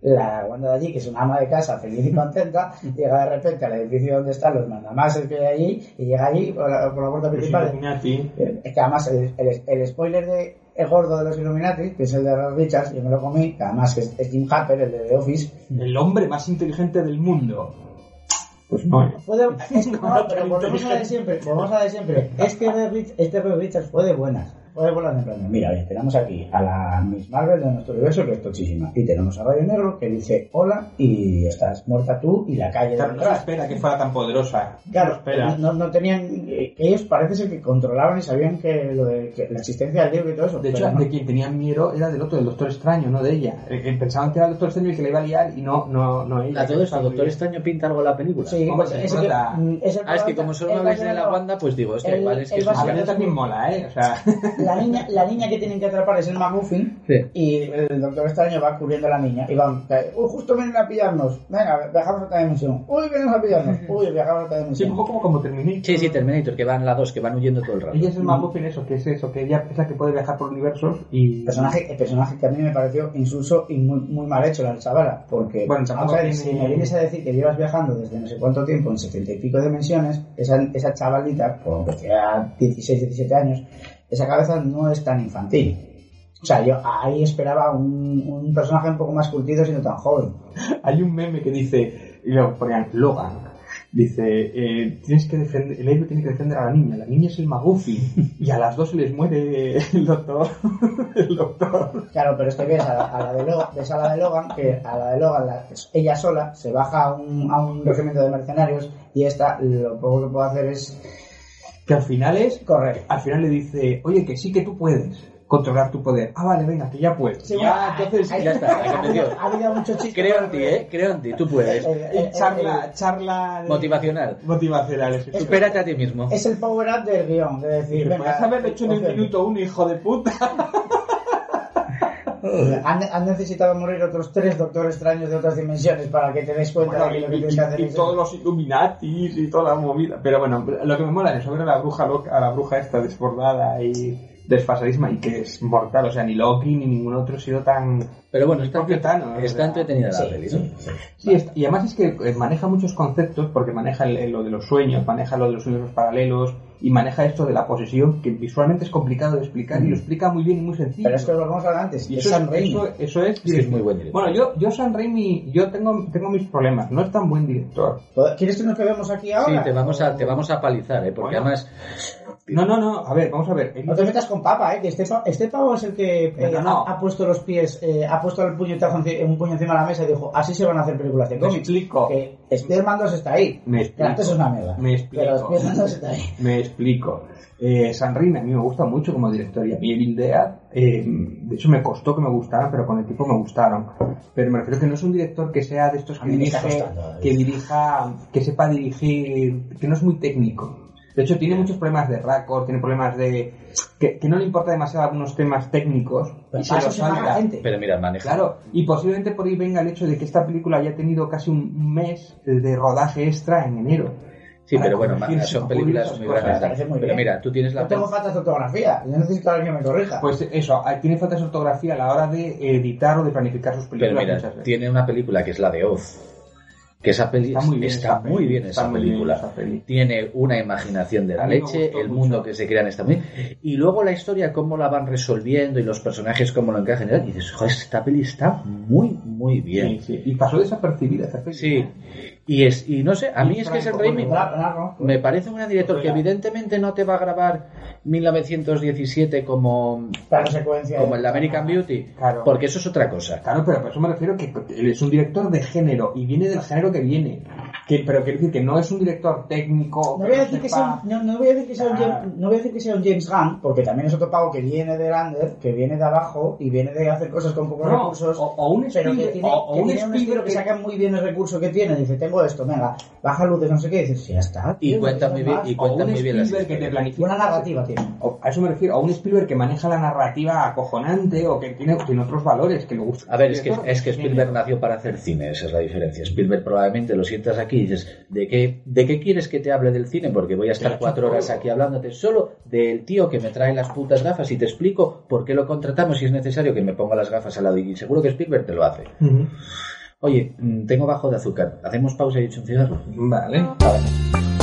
S3: la Wanda de allí, que es una ama de casa feliz y contenta, llega de repente al edificio donde están los mandamases que hay allí y llega allí por la, por la puerta principal.
S2: Illuminati.
S3: Eh, Es que además el, el- el spoiler de El Gordo de los Illuminati, que es el de los Richards, yo me lo comí, que además es, es Jim Harper, el de The Office.
S2: El hombre más inteligente del mundo. Pues no, ¿eh?
S3: Fue de- *laughs* es- no, pero
S2: Tan
S3: volvemos a lo de siempre, volvemos a lo de siempre. Este de Rich- este de Richards fue de buenas. Fue de buenas en plan, Mira, bien, tenemos aquí a la Miss Marvel de nuestro universo, que es tochísima. Y tenemos a Rayo Negro, que dice hola y estás muerta tú y la calle de
S2: Claro, no se
S3: atrás.
S2: espera que fuera tan poderosa. No se
S3: Claro,
S2: espera.
S3: no, no tenían. eh, ellos parece ser que controlaban y sabían que lo de que la existencia del libro y todo eso.
S2: De hecho,
S3: pero no.
S2: de quien tenían miedo era del otro, del Doctor Extraño, no de ella. Eh, eh, Pensaban que era el Doctor Extraño el que le iba a liar y no, no, no ella.
S1: A todo esto, Doctor Extraño pinta algo la película.
S3: Sí,
S2: Vamos,
S3: pues,
S2: el
S3: ese
S2: prota.
S3: que- mm, ese
S1: Ah, es que
S3: prota-
S1: como solo
S3: el
S1: me habéis
S3: Rayo
S1: de la
S3: Negro-
S1: Wanda, pues digo, hostia,
S3: el-
S1: igual es que
S3: el
S1: es una
S2: A
S3: base-
S2: ver, también mola, ¿eh?
S1: *laughs*
S2: O sea,
S3: La niña, la niña que tienen que atrapar es el McGuffin
S1: Sí.
S3: y el Doctor Extraño va cubriendo a la niña y van, eh, uy, justo vienen a pillarnos, venga, viajamos a otra dimensión, uy, vienen a pillarnos, uy, viajamos a otra
S2: sí, un
S3: dimensión.
S2: poco como, como Terminator.
S1: Sí, sí, Terminator, Mm. que van la dos, que van huyendo todo el rato.
S2: Ella es el más en eso, que es eso, que ella es la que puede viajar por universos y...
S3: Personaje, el personaje que a mí me pareció insulso y muy, muy mal hecho la chavala, porque
S2: Bueno,
S3: vamos
S2: tampoco
S3: a ver,
S2: tiene-
S3: si me vienes a decir que llevas viajando desde no sé cuánto tiempo en setenta y pico dimensiones, esa, esa chavalita, con que tenía 16, 17 años, esa cabeza no es tan infantil. O sea, yo ahí esperaba un, un personaje un poco más curtido, siendo tan joven.
S2: Hay un meme que dice, y lo ponían, Logan, dice, eh, tienes que defender, el héroe tiene que defender a la niña, la niña es el Maguffin, y a las dos se les muere el doctor, *laughs* el doctor.
S3: Claro, pero es que ves a la, a la de Logan, ves a la de Logan, que a la de Logan la- ella sola se baja a un, a un regimiento de mercenarios y esta lo poco que puede hacer es
S2: Que al final es,
S3: correr.
S2: al final le dice, oye, que sí que tú puedes controlar tu poder. Ah, vale, venga, que ya puedes.
S3: Sí, bueno,
S1: Ya, entonces, ya está, la
S3: *laughs* ha, habido,
S1: convenció.
S3: ha habido mucho chiste.
S1: Creo en ti, ¿eh? Creo en ti, tú puedes.
S3: El- el- el-
S2: charla, charla... de-
S1: Motivacional.
S2: eh, Motivacional. eso.
S1: Supérate a ti mismo.
S3: Es el power up del guión, de decir,
S2: Dice,
S3: venga,
S2: Podrías haberlo hecho en el
S3: cógeme.
S2: minuto uno, hijo de puta.
S3: Han, han necesitado morir otros tres doctores extraños de otras dimensiones para que te des cuenta
S2: Bueno,
S3: de que lo
S2: y,
S3: que tienes
S2: y-
S3: que hacer
S2: y
S3: es-
S2: todos los Illuminatis y toda la movida. Pero bueno, lo que me mola es sobre la bruja loca, la bruja esta desbordada y desfasadísima y que es mortal. O sea, ni Loki ni ningún otro ha sido tan...
S1: Pero bueno,
S2: El
S1: está,
S2: propio Thanos,
S1: está
S2: ¿verdad?
S1: entretenida la
S3: Sí,
S1: peli, ¿no?
S3: sí, sí.
S2: Sí, es- y además es que eh, maneja muchos conceptos porque maneja el- el- lo de los sueños, maneja lo de los universos paralelos y maneja esto de la posesión que visualmente es complicado de explicar y lo explica muy bien y muy sencillo.
S3: Pero es que volvemos a lo de antes,
S2: Y
S3: es
S2: eso,
S3: Sam
S2: es,
S3: Raimi.
S2: eso, eso es,
S1: que es muy buen director.
S2: Bueno, yo, yo San Raimi, yo tengo, tengo mis problemas, no es tan buen director.
S3: ¿Quieres que nos quedemos aquí
S1: Sí,
S3: ahora?
S1: te vamos a, te vamos a palizar, ¿eh? Porque
S2: Bueno.
S1: además...
S2: No, no, no, a ver, vamos a ver.
S3: No te metas con Papa, ¿eh? que este, pa- este pavo es el que eh,
S2: Pero no.
S3: Ha, ha puesto los pies, eh, ha puesto el puñetazo enci- un puño encima de la mesa y dijo, así se van a hacer películas de
S2: Me
S3: cómics.
S2: explico.
S3: Que Spider-Man 2 está ahí.
S2: Me
S3: Que antes es
S2: explico.
S3: una mierda.
S2: Me explico.
S3: Pero Spider-Man 2 está
S2: *laughs*
S3: ahí.
S2: Me explico. Eh, San Raimi a mí me gusta mucho como director y a mí Evil Dead, eh, de hecho me costó que me gustara, pero con el tiempo me gustaron. Pero me refiero que no es un director que sea de estos
S3: A
S2: que
S3: mí me está
S2: dirige,
S3: costando, eh.
S2: que dirija, que sepa dirigir, que no es muy técnico. De hecho tiene muchos problemas de raccord, tiene problemas de... Que, que no le importa demasiado algunos temas técnicos
S3: Pero
S2: y se
S3: para eso
S2: los
S3: se paga
S2: salta.
S3: gente.
S1: Pero mira, maneja...
S2: Claro, y posiblemente por ahí venga el hecho de que esta película haya tenido casi un mes de rodaje extra en enero.
S1: Sí,
S2: para
S1: pero bueno,
S2: corregir,
S1: man-
S2: se
S1: son
S2: ocurren
S1: películas
S2: esas
S1: muy
S2: cosas,
S1: grandes.
S3: me parece muy
S1: Pero
S3: bien.
S1: mira, tú tienes la...
S3: Yo tengo
S1: peli-
S3: faltas de ortografía. Yo necesito que alguien me corrija.
S2: Pues eso, ah, tiene falta de ortografía a la hora de editar o de planificar sus
S1: Pero
S2: películas muchas
S1: mira,
S2: veces.
S1: tiene una película que es la de Oz. Que esa peli
S2: Está muy bien
S1: está
S2: esa peli,
S1: muy bien
S2: está
S1: esa
S2: muy bien
S1: película.
S2: esa peli.
S1: Tiene una imaginación de
S2: A
S1: la
S2: mí me
S1: leche,
S2: gustó
S1: el mundo
S2: mucho.
S1: que se crean está muy bien. Y luego la historia, cómo la van resolviendo y los personajes, cómo lo encajan. Y dices, joder, esta peli está muy, muy bien.
S2: Sí, sí. Y pasó desapercibida esa peli. ¿eh?
S1: Sí. Y, es, y no sé, a
S2: Y
S1: mí es que es el
S2: Franco,
S1: Raimi.
S2: bueno,
S3: Claro, claro.
S1: Me parece un gran director que
S3: Oiga.
S1: evidentemente no te va a grabar 1917 como,
S3: Para la secuencia.
S1: como el de American Beauty,
S2: Claro.
S1: porque eso es otra cosa.
S2: Claro, pero por eso me refiero que él es un director de género y viene del género que viene. Que, pero quiero decir que no es un director técnico.
S3: No voy, a
S2: no
S3: decir que sea,
S2: sepa-
S3: un- no, no voy a decir que sea un
S2: Claro.
S3: James, no voy a decir que sea un James Gunn, porque también es otro pavo que viene del under, que viene de abajo y viene de hacer cosas con pocos
S2: No,
S3: recursos.
S2: o, o un
S3: pero que
S2: Spielberg,
S3: tiene,
S2: o, o
S3: que
S2: un
S3: tiene un estilo
S2: Spielberg
S3: que
S2: que-
S3: saca muy bien el recurso que tiene. Dice, tengo esto, venga, baja luces, no sé qué. Y dices, sí, ya está.
S1: Y
S3: tío, no
S1: cuenta
S3: tengo
S1: muy bien-
S3: más".
S1: y
S2: o
S1: cuenta
S2: un
S1: muy bien las
S2: Spielberg que te
S1: historias.
S2: planifica.
S3: Buena narrativa tiene.
S2: O- a eso me refiero, a un Spielberg que maneja la narrativa acojonante o que tiene, tiene otros valores que le gusta.
S1: A ver, es que, es que Spielberg nació para hacer cine, esa es la diferencia. Spielberg probablemente lo sientas aquí y dices, ¿de qué, ¿de qué quieres que te hable del cine? Porque voy a
S2: Te
S1: estar
S2: la
S1: cuatro
S2: chupo.
S1: horas aquí hablándote solo del tío que me trae las putas gafas y te explico por qué lo contratamos si es necesario que me ponga las gafas al lado. Y seguro que Spielberg te lo hace.
S2: Ujú.
S1: Oye, mm, tengo bajo de azúcar. ¿Hacemos pausa y echo un cigarro?
S2: Vale.
S1: Vale.
S4: Thank